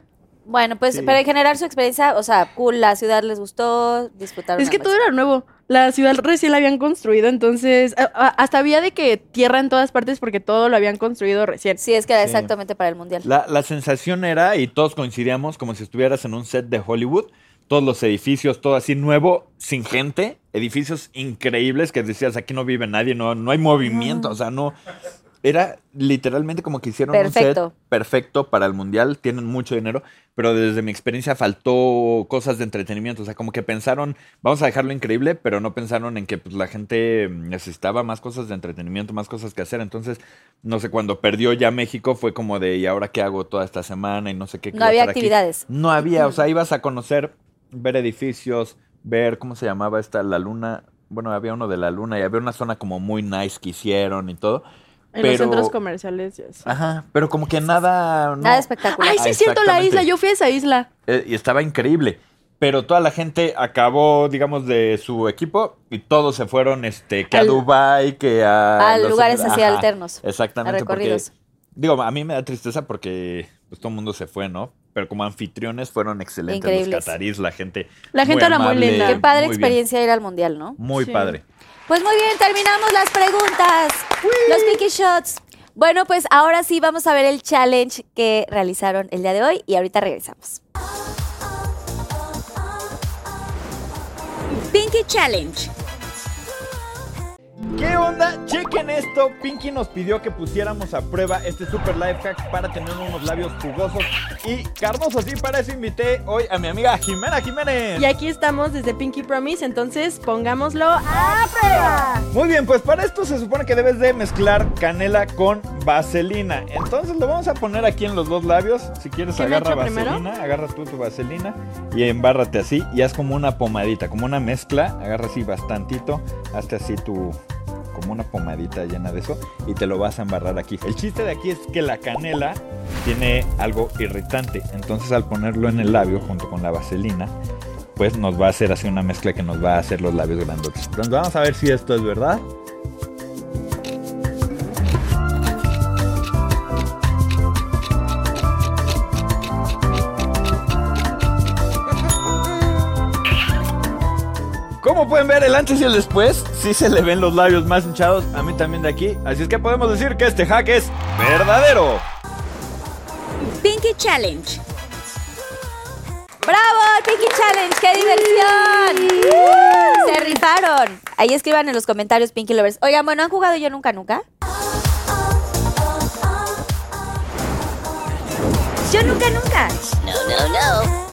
Bueno, pues, pero en general su experiencia, o sea, cool, la ciudad les gustó, disfrutaron. Es que ambas. todo era nuevo. La ciudad recién la habían construido, entonces a- a- hasta había de que tierra en todas partes porque todo lo habían construido recién. Sí, es que era Sí. exactamente para el mundial. La, la sensación era, y todos coincidíamos, como si estuvieras en un set de Hollywood, todos los edificios, todo así nuevo, sin gente, edificios increíbles que decías, aquí no vive nadie, no, no hay movimiento, o sea, no... Era literalmente como que hicieron un Perfecto. set perfecto para el mundial, tienen mucho dinero, pero desde mi experiencia faltó cosas de entretenimiento, o sea, como que pensaron, vamos a dejarlo increíble, pero no pensaron en que pues, la gente necesitaba más cosas de entretenimiento, más cosas que hacer, entonces no sé, cuando perdió ya México fue como de, ¿y ahora qué hago toda esta semana? Y no sé qué. qué No voy a había hacer aquí? actividades. No había, o sea, ibas a conocer, ver edificios, ver, ¿cómo se llamaba esta? La luna. Bueno, había uno de la luna y había una zona como muy nice que hicieron y todo. en pero- Ah, los centros comerciales y así. Ajá, pero como que nada... no. Nada espectacular. Ay, sí, es cierto, la exactamente. isla. Yo fui a esa isla. Eh, y estaba increíble. Pero toda la gente acabó, digamos, de su equipo y todos se fueron este, que a Al- Dubái, que a... A los- lugares así Ah, ajá, alternos, Exactamente. a recorridos. Porque, digo, a mí me da tristeza porque pues, todo el mundo se fue, ¿no? Pero como anfitriones fueron excelentes los Increíbles. catarís, la gente... La gente era muy amable, linda. Qué padre muy bien, experiencia ir al mundial, ¿no? Muy Sí. padre. Pues muy bien, terminamos las preguntas. Los Mickey Shots. Bueno, pues ahora sí vamos a ver el challenge que realizaron el día de hoy y ahorita regresamos. Pinky Challenge. ¿Qué onda? Chequen esto. Pinky nos pidió que pusiéramos a prueba este super life hack para tener unos labios jugosos y carnosos. Y para eso invité hoy a mi amiga Jimena Jiménez. Y aquí estamos desde Pinky Promise, entonces pongámoslo. Muy bien, pues para esto se supone que debes de mezclar canela con vaselina. Entonces lo vamos a poner aquí en los dos labios. Si quieres ¿Qué me agarra echo primero? vaselina, agarra tú tu vaselina y embárrate así y haz como una pomadita, como una mezcla. Agarra así bastantito, hazte así tu como una pomadita llena de eso y te lo vas a embarrar aquí. El chiste de aquí es que la canela tiene algo irritante, entonces al ponerlo en el labio junto con la vaselina, pues nos va a hacer así una mezcla que nos va a hacer los labios grandotes. Entonces vamos a ver si esto es verdad. Como pueden ver, el antes y el después, sí se le ven los labios más hinchados, a mí también de aquí, así es que podemos decir que este hack es verdadero. Pinky Challenge. ¡Bravo! ¡El Pinky Challenge! ¡Qué diversión! Uh, Se rifaron. Ahí escriban en los comentarios, Pinky Lovers. Oigan, bueno, ¿han jugado yo nunca, nunca? Yo nunca, nunca.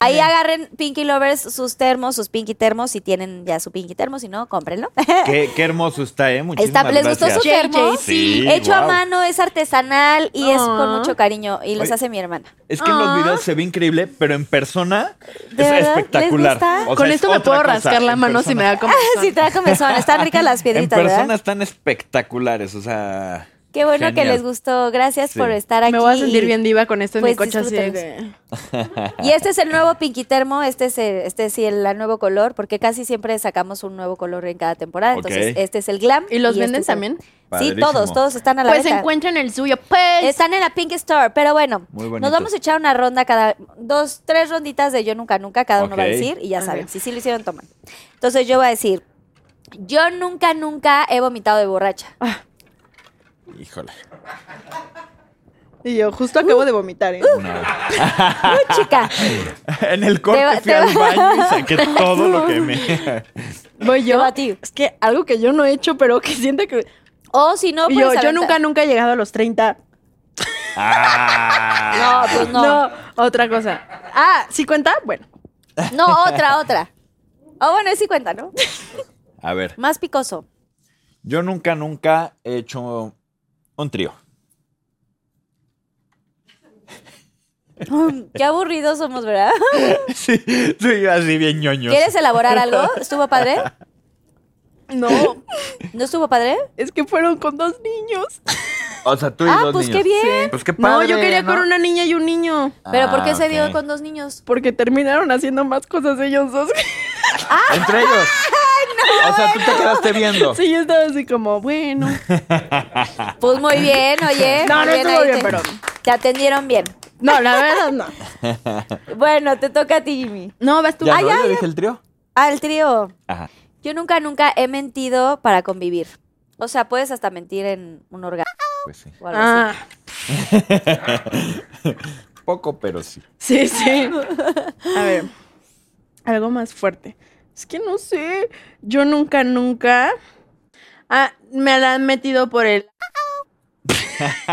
Ahí agarren Pinky Lovers sus termos, sus Pinky termos. Si tienen ya su Pinky termo, si no, cómprenlo. Qué, qué hermoso está, ¿eh? Muchísimas Está, ¿Les gustó su gracias. gracias. termo? JJ, sí. Hecho a wow. mano, es artesanal y es con Ah. mucho cariño. Y los Oye. hace mi hermana. Es que en los videos se ve increíble, pero en persona es Ah. ¿De verdad? ¿Les espectacular. gusta? O sea, Con es esto me otra puedo cosa. rascar la En mano si persona- me da como. sí, trajo mesón. Están ricas las En piedritas, persona ¿verdad? están espectaculares, o sea. Qué bueno que genial. les gustó. Gracias Sí. por estar aquí. Me voy a y- sentir bien diva con esto en mi pues, coche así de disfrútenlos. que- Y este es el nuevo Pinky Termo, este es, el, este es el la nuevo color, porque casi siempre sacamos un nuevo color en cada temporada. Entonces, Ok. este es el glam. ¿Y los este venden es el- también? Sí, Padrísimo. todos, todos están a la Pues venta. encuentren el suyo. Pues. Están en la Pink Store, pero bueno, Muy nos bonitos. vamos a echar una ronda cada, dos, tres ronditas de yo nunca nunca, cada uno va a Ok. decir y ya Ok. saben, si sí lo hicieron, toman. Entonces yo voy a decir, yo nunca nunca he vomitado de borracha. Híjole. Y yo justo acabo de vomitar, ¿eh? no. Uy, chica, en el corte Te va- fui te al va- baño y saqué todo lo que me. Voy yo. va a ti. Es que algo que yo no he hecho, pero que siento que. o si no, Y pues yo, yo nunca, nunca he llegado a los 30. No, Ah. pues no. No, otra cosa. Ah, ¿sí cuenta? Bueno. No, otra, otra. Oh, bueno, sí cuenta, ¿no? A ver, Más picoso. yo nunca, nunca he hecho un trío. Mm, Qué aburridos somos, ¿verdad? Sí, sí, yo así bien ñoño. ¿Quieres elaborar algo? ¿Estuvo padre? No, ¿No estuvo padre? es que fueron con dos niños. O sea, tú y Ah, dos pues qué niños. bien. Pues qué No, padre, yo quería ¿no? con una niña y un niño. ¿Pero por qué Ah, se dio ok. con dos niños? Porque terminaron haciendo más cosas ellos dos. Entre ellos. o sea, tú te quedaste viendo. Sí, yo estaba así como, bueno. Pues muy bien, oye. No, muy no estuvo ahí bien, te- pero- Te atendieron bien. No, la verdad no. Bueno, te toca a ti, Jimmy. No, vas tú. ¿Ya Ah, no? ya. ¿Ya dije el trío? Al trío. Ajá. Yo nunca, nunca he mentido para convivir. O sea, puedes hasta mentir en un orgasmo Pues sí. o algo así. Ah, Poco, pero sí. sí, sí. A ver, algo más fuerte. Es que no sé. Yo nunca, nunca. Ah, me la han metido por el.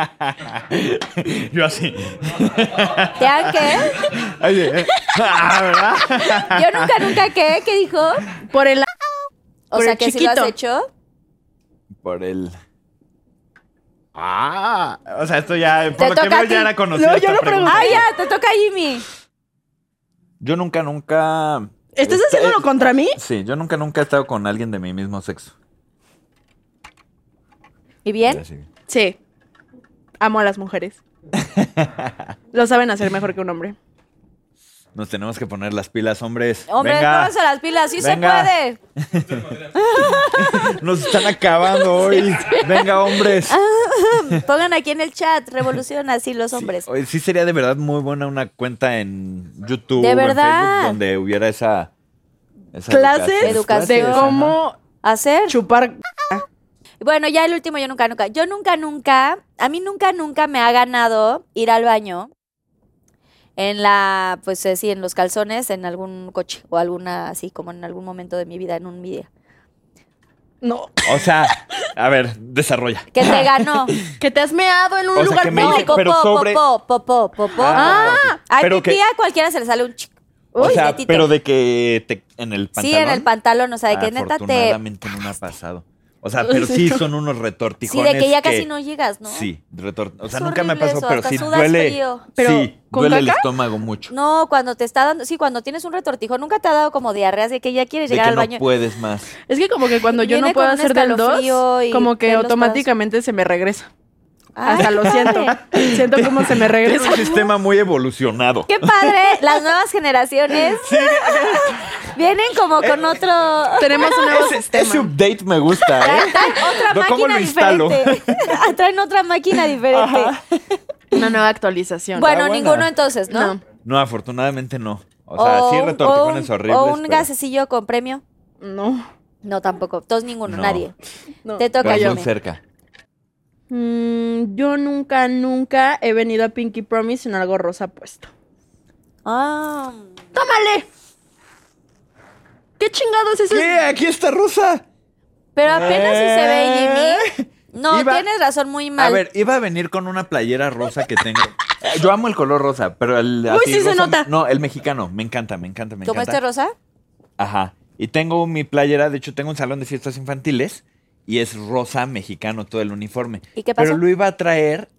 Yo así. Ah. ¿Te han qué? Así, ¿eh? Ah, ¿verdad? Yo nunca, nunca qué. ¿Qué dijo? Por el. O Por sea, el que si lo has chiquito. hecho. Por el. Ah, o sea, esto ya. Te Por lo que toca a veo, ti. ya era conocido. No, yo esta lo pregunta. Ah, ya, te toca a Jimmy. Yo nunca, nunca. ¿Estás Este- haciéndolo contra mí? Sí, yo nunca, nunca he estado con alguien de mi mismo sexo. ¿Y bien? Así. Sí. Amo a las mujeres. Lo saben hacer mejor que un hombre. Nos tenemos que poner las pilas, hombres. Hombre, Venga, pónganse las pilas, sí Venga. se puede. nos están acabando hoy. Venga, hombres. Pongan aquí en el chat, revoluciona así los hombres. Oye, sí sería de verdad muy buena una cuenta en YouTube, De en verdad. Facebook, donde hubiera esa, esa Clases Educación. de Clases, ajá. cómo Hacer. chupar. Bueno, ya el último, yo nunca, nunca. Yo nunca, nunca, a mí nunca, nunca me ha ganado ir al baño en la, pues eh, sí, en los calzones, en algún coche o alguna, así como en algún momento de mi vida, en un video. No. O sea, a ver, desarrolla. Que te ganó. Que te has meado en un O sea, lugar que me No, dice- público. pero popó, sobre- popó, popó, popó. Ah, ok. Ay, Pero pipí que- a cualquiera se le sale un chico. o Uy, sea, netito. pero de que te, en el pantalón. Sí, en el pantalón, o sea, de que neta te Afortunadamente no me ha pasado. O sea, pero sí son unos Sí, retortijones. de que ya casi no llegas, ¿no? Sí, retor- O sea, Es nunca me horrible pasó, eso, pero hasta sí sudas duele. frío. Pero, sí, ¿con duele el caca? estómago mucho. No, cuando te está dando, sí, cuando tienes un retortijo, nunca te ha dado como diarrea, de que ya quieres de llegar que al no baño. puedes más. Es que como que cuando yo Viene no puedo con un hacer del 2, escalofrío y como que pelos parados. automáticamente se me regresa. Ay, Hasta lo qué siento. padre. siento como se me Es regresa. un sistema muy evolucionado. Qué padre, las nuevas generaciones vienen como Eh, con otro Tenemos un nuevo Ese, sistema. ese update me gusta, ¿eh? traen otra No, máquina ¿cómo lo instalo? diferente. traen otra máquina diferente. Una nueva actualización. Bueno, buena. ninguno entonces, ¿no? No. No, afortunadamente no. O sea, sí un- retortijones o un- horribles. O Oh, un pero- gasecillo con premio. No. No, tampoco. Todos ninguno, No. nadie. no. Te pero toca muy yo. cerca. Mm, yo nunca, nunca he venido a Pinky Promise sin algo rosa puesto. Ah. ¡Tómale! ¿Qué chingados es eso? ¿Qué? Aquí está Rosa. Pero apenas si se ve Jimmy. No, Eh. Iba- tienes razón muy mal. A ver, iba a venir con una playera rosa que tengo. Eh, Yo amo el color rosa, pero el. así, sí se rosa- nota. No, el mexicano. Me encanta, me encanta, me ¿Como encanta. este rosa? Ajá. Y tengo mi playera, de hecho, tengo un salón de fiestas infantiles y es rosa mexicano todo el uniforme. ¿Y qué pasó? Pero lo iba a traer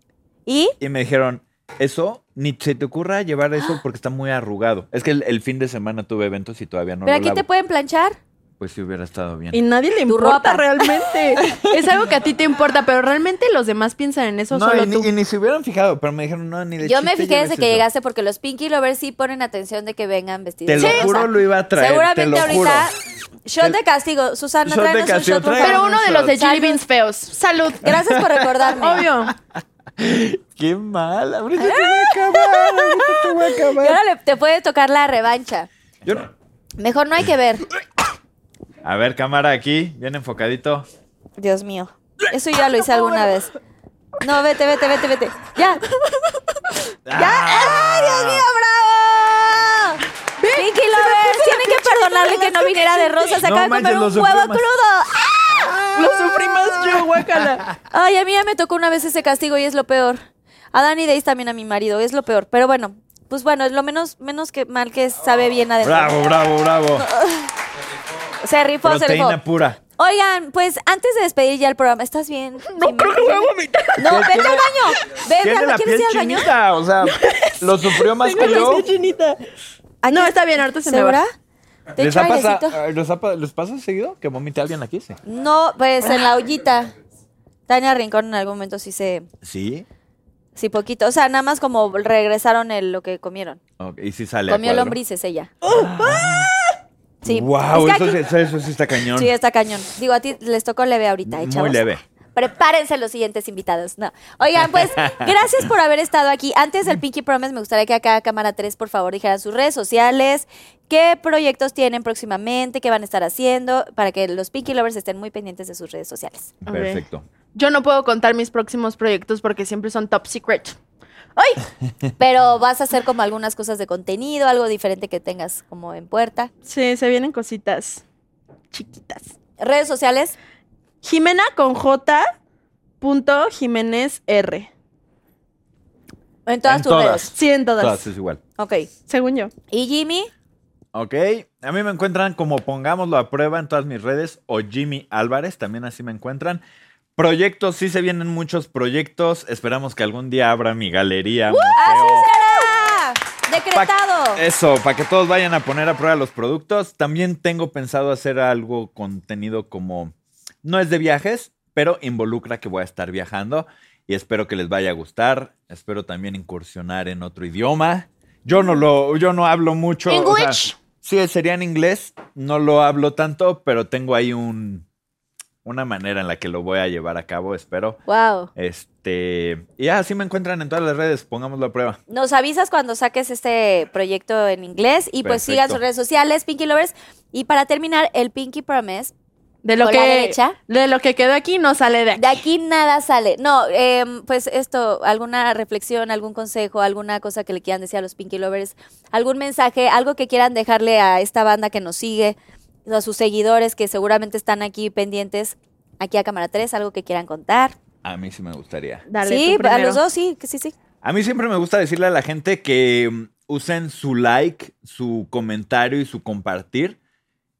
¿Y? y me dijeron, eso, ni se te ocurra llevar Ah. eso porque está muy arrugado. Es que el, el fin de semana tuve eventos y todavía no ¿Pero lo aquí te lavo. pueden planchar? Pues si hubiera estado bien. Y nadie le Tu ropa. importa realmente. es algo que a ti te importa, pero realmente los demás piensan en eso No, solo y ni, tú. y ni se hubieran fijado, pero me dijeron, no, ni de Yo me chiste fijé lleves desde que eso". llegaste porque los Pinky Lovers sí ponen atención de que vengan vestidos. Te de lo rosa. juro, lo iba a traer. Seguramente te lo ahorita. juro. Shot Te- de castigo. Susana, Shot de tráenos un castigo, shot, por tráenos Pero favor. un uno de los de Jelly Salud. Beans feos. Salud. Gracias por recordarme. Obvio. Qué mal, ahorita te voy a acabar, ahorita te voy a Y acabar. ahora le- te puede tocar la revancha. Yo no- Mejor no hay que ver. A ver, cámara aquí, bien enfocadito. Dios mío. Eso ya lo hice alguna vez. No, vete, vete, vete, vete. Ya. ¡Ya! ¡Ah! ¡Ay, Dios mío, bravo! Pinky Lovers, tienen que perdonarle que no viniera de rosa. Se No acaba de manches, comer un lo sufrí huevo más. crudo. Lo sufrí más yo, guácala. Ay, a mí ya me tocó una vez ese castigo y es lo peor. A Dani Days también a mi marido, es lo peor. Pero bueno, pues bueno, es lo menos, menos que mal que sabe bien adentro. Bravo, bravo, bravo. Se rifó, se rifó. Proteína pura. Oigan, pues antes de despedir ya el programa, ¿estás bien? No, creo que voy a vomitar. No, vete al baño. Vete Tiene al la baño. ¿Quieres piel ir al baño? chinita, o sea, lo sufrió más que yo. No, está bien, ahorita se me ¿Segura? va. ¿Te ¿Les, echo ha airecito? pasado, ¿les, ha pa- ¿Les pasa seguido que vomite alguien aquí? Sí. No, pues en la ollita. Tania Rincón en algún momento sí se. ¿Sí? Sí, poquito. O sea, nada más como regresaron el, lo que comieron. Ok, y sí sale. a Comió cuadro. lombrices ella. Sí. Wow, Es que eso, aquí- sí- eso, eso sí está cañón. Sí, está cañón. Digo, a ti les tocó leve ahorita, eh, Muy chavos. leve. Prepárense los siguientes invitados. No. Oigan, pues, gracias por haber estado aquí. Antes del Pinky Promise, me gustaría que acá Cámara 3, por favor, dijeran sus redes sociales, qué proyectos tienen próximamente, qué van a estar haciendo, para que los Pinky Lovers estén muy pendientes de sus redes sociales. Ok. Perfecto. Yo no puedo contar mis próximos proyectos porque siempre son top secret. Pero vas a hacer como algunas cosas de contenido, algo diferente que tengas como en puerta. Sí, se vienen cositas chiquitas. Redes sociales. Jimena con J. Punto Jiménez R. En todas En tus todas. redes. Sí, en todas. Todas es igual. Ok. Según yo. ¿Y Jimmy? Ok, a mí me encuentran como pongámoslo a prueba en todas mis redes o Jimmy Álvarez, también así me encuentran. Proyectos, sí se vienen muchos proyectos. Esperamos que algún día abra mi galería. ¡Uh! museo. ¡Ah! Pa- Decretado. eso, para que todos vayan a poner a prueba los productos. También tengo pensado hacer algo contenido como, no es de viajes, pero involucra que voy a estar viajando y espero que les vaya a gustar. Espero también incursionar en otro idioma. Yo no lo, yo no hablo mucho. o sea, English. sí, sería en inglés. No lo hablo tanto, pero tengo ahí un, una manera en la que lo voy a llevar a cabo, espero. Wow. Este, y así me encuentran en todas las redes, pongámoslo a prueba. Nos avisas cuando saques este proyecto en inglés y pues Perfecto. sigan sus redes sociales, Pinky Lovers. Y para terminar, el Pinky Promise. De lo Con que. la derecha. De lo que quedó aquí no sale de aquí. De aquí nada sale. No, em, pues esto, alguna reflexión, algún consejo, alguna cosa que le quieran decir a los Pinky Lovers, algún mensaje, algo que quieran dejarle a esta banda que nos sigue, a sus seguidores que seguramente están aquí pendientes, aquí a Cámara 3, algo que quieran contar. A mí sí me gustaría. Dale, sí, tú a primero. los dos, sí, que sí, sí. A mí siempre me gusta decirle a la gente que mm, usen su like, su comentario y su compartir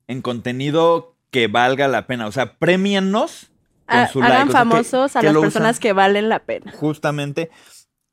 en contenido que valga la pena. O sea, premiennos Ha- su like, Ah, hagan o sea, que- famosos a que las lo personas usan. que valen la pena. Justamente.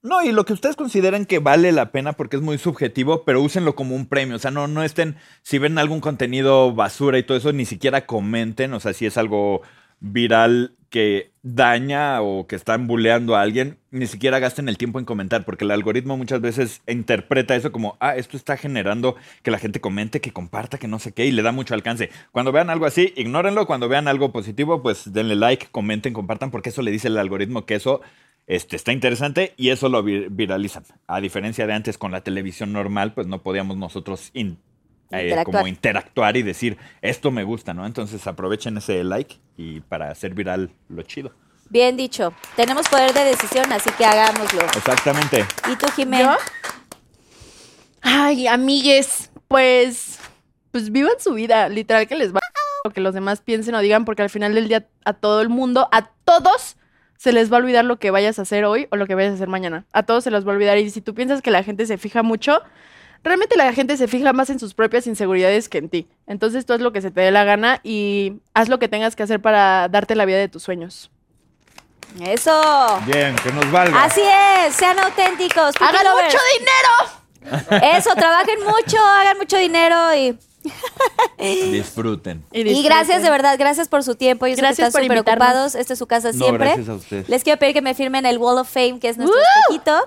No, y lo que ustedes consideran que vale la pena porque es muy subjetivo, pero úsenlo como un premio. O sea, no, no estén, si ven algún contenido basura y todo eso, ni siquiera comenten. O sea, si es algo viral que daña o que están buleando a alguien, ni siquiera gasten el tiempo en comentar, porque el algoritmo muchas veces interpreta eso como, ah, esto está generando que la gente comente, que comparta, que no sé qué, y le da mucho alcance. Cuando vean algo así, ignórenlo. Cuando vean algo positivo, pues denle like, comenten, compartan, porque eso le dice el algoritmo que eso este, está interesante y eso lo vi- viralizan. A diferencia de antes con la televisión normal, pues no podíamos nosotros in- eh, Interactuar. como interactuar y decir, esto me gusta, ¿no? Entonces aprovechen ese like y para hacer viral lo chido. Bien dicho. Tenemos poder de decisión, así que hagámoslo. Exactamente. ¿Y tú, Jimé? ¿Yo? Ay, amigues. Pues, pues vivan su vida, literal que les va lo que los demás piensen o digan, porque al final del día a todo el mundo, a todos se les va a olvidar lo que vayas a hacer hoy o lo que vayas a hacer mañana. A todos se los va a olvidar. Y si tú piensas que la gente se fija mucho, realmente la gente se fija más en sus propias inseguridades que en ti. Entonces tú haz lo que se te dé la gana y haz lo que tengas que hacer para darte la vida de tus sueños. Eso. Bien, que nos valga. Así es, sean auténticos. Pinky ¡Hagan lovers. mucho dinero! Eso, trabajen mucho, hagan mucho dinero y, Disfruten. y gracias de verdad, gracias por su tiempo. Yo sé que Gracias están por súper invitarnos. ocupados. Esta es su casa No, siempre. gracias a ustedes. Les quiero pedir que me firmen el Wall of Fame, que es nuestro espejito.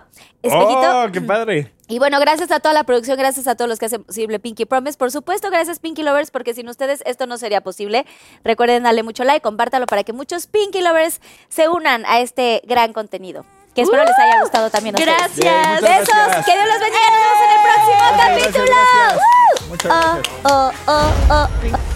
Espejito. ¡Oh, qué padre! Y bueno, gracias a toda la producción, gracias a todos los que hacen posible Pinky Promise. Por supuesto, gracias Pinky Lovers, porque sin ustedes esto no sería posible. Recuerden darle mucho like, compártalo para que muchos Pinky Lovers se unan a este gran contenido. Que espero les haya gustado también a ustedes. Gracias. Bien, muchas Besos. gracias. Que Dios los bendiga. Nos vemos en el próximo Gracias, capítulo. gracias, gracias. ¡Woo! Muchas gracias. Oh, oh, oh, oh.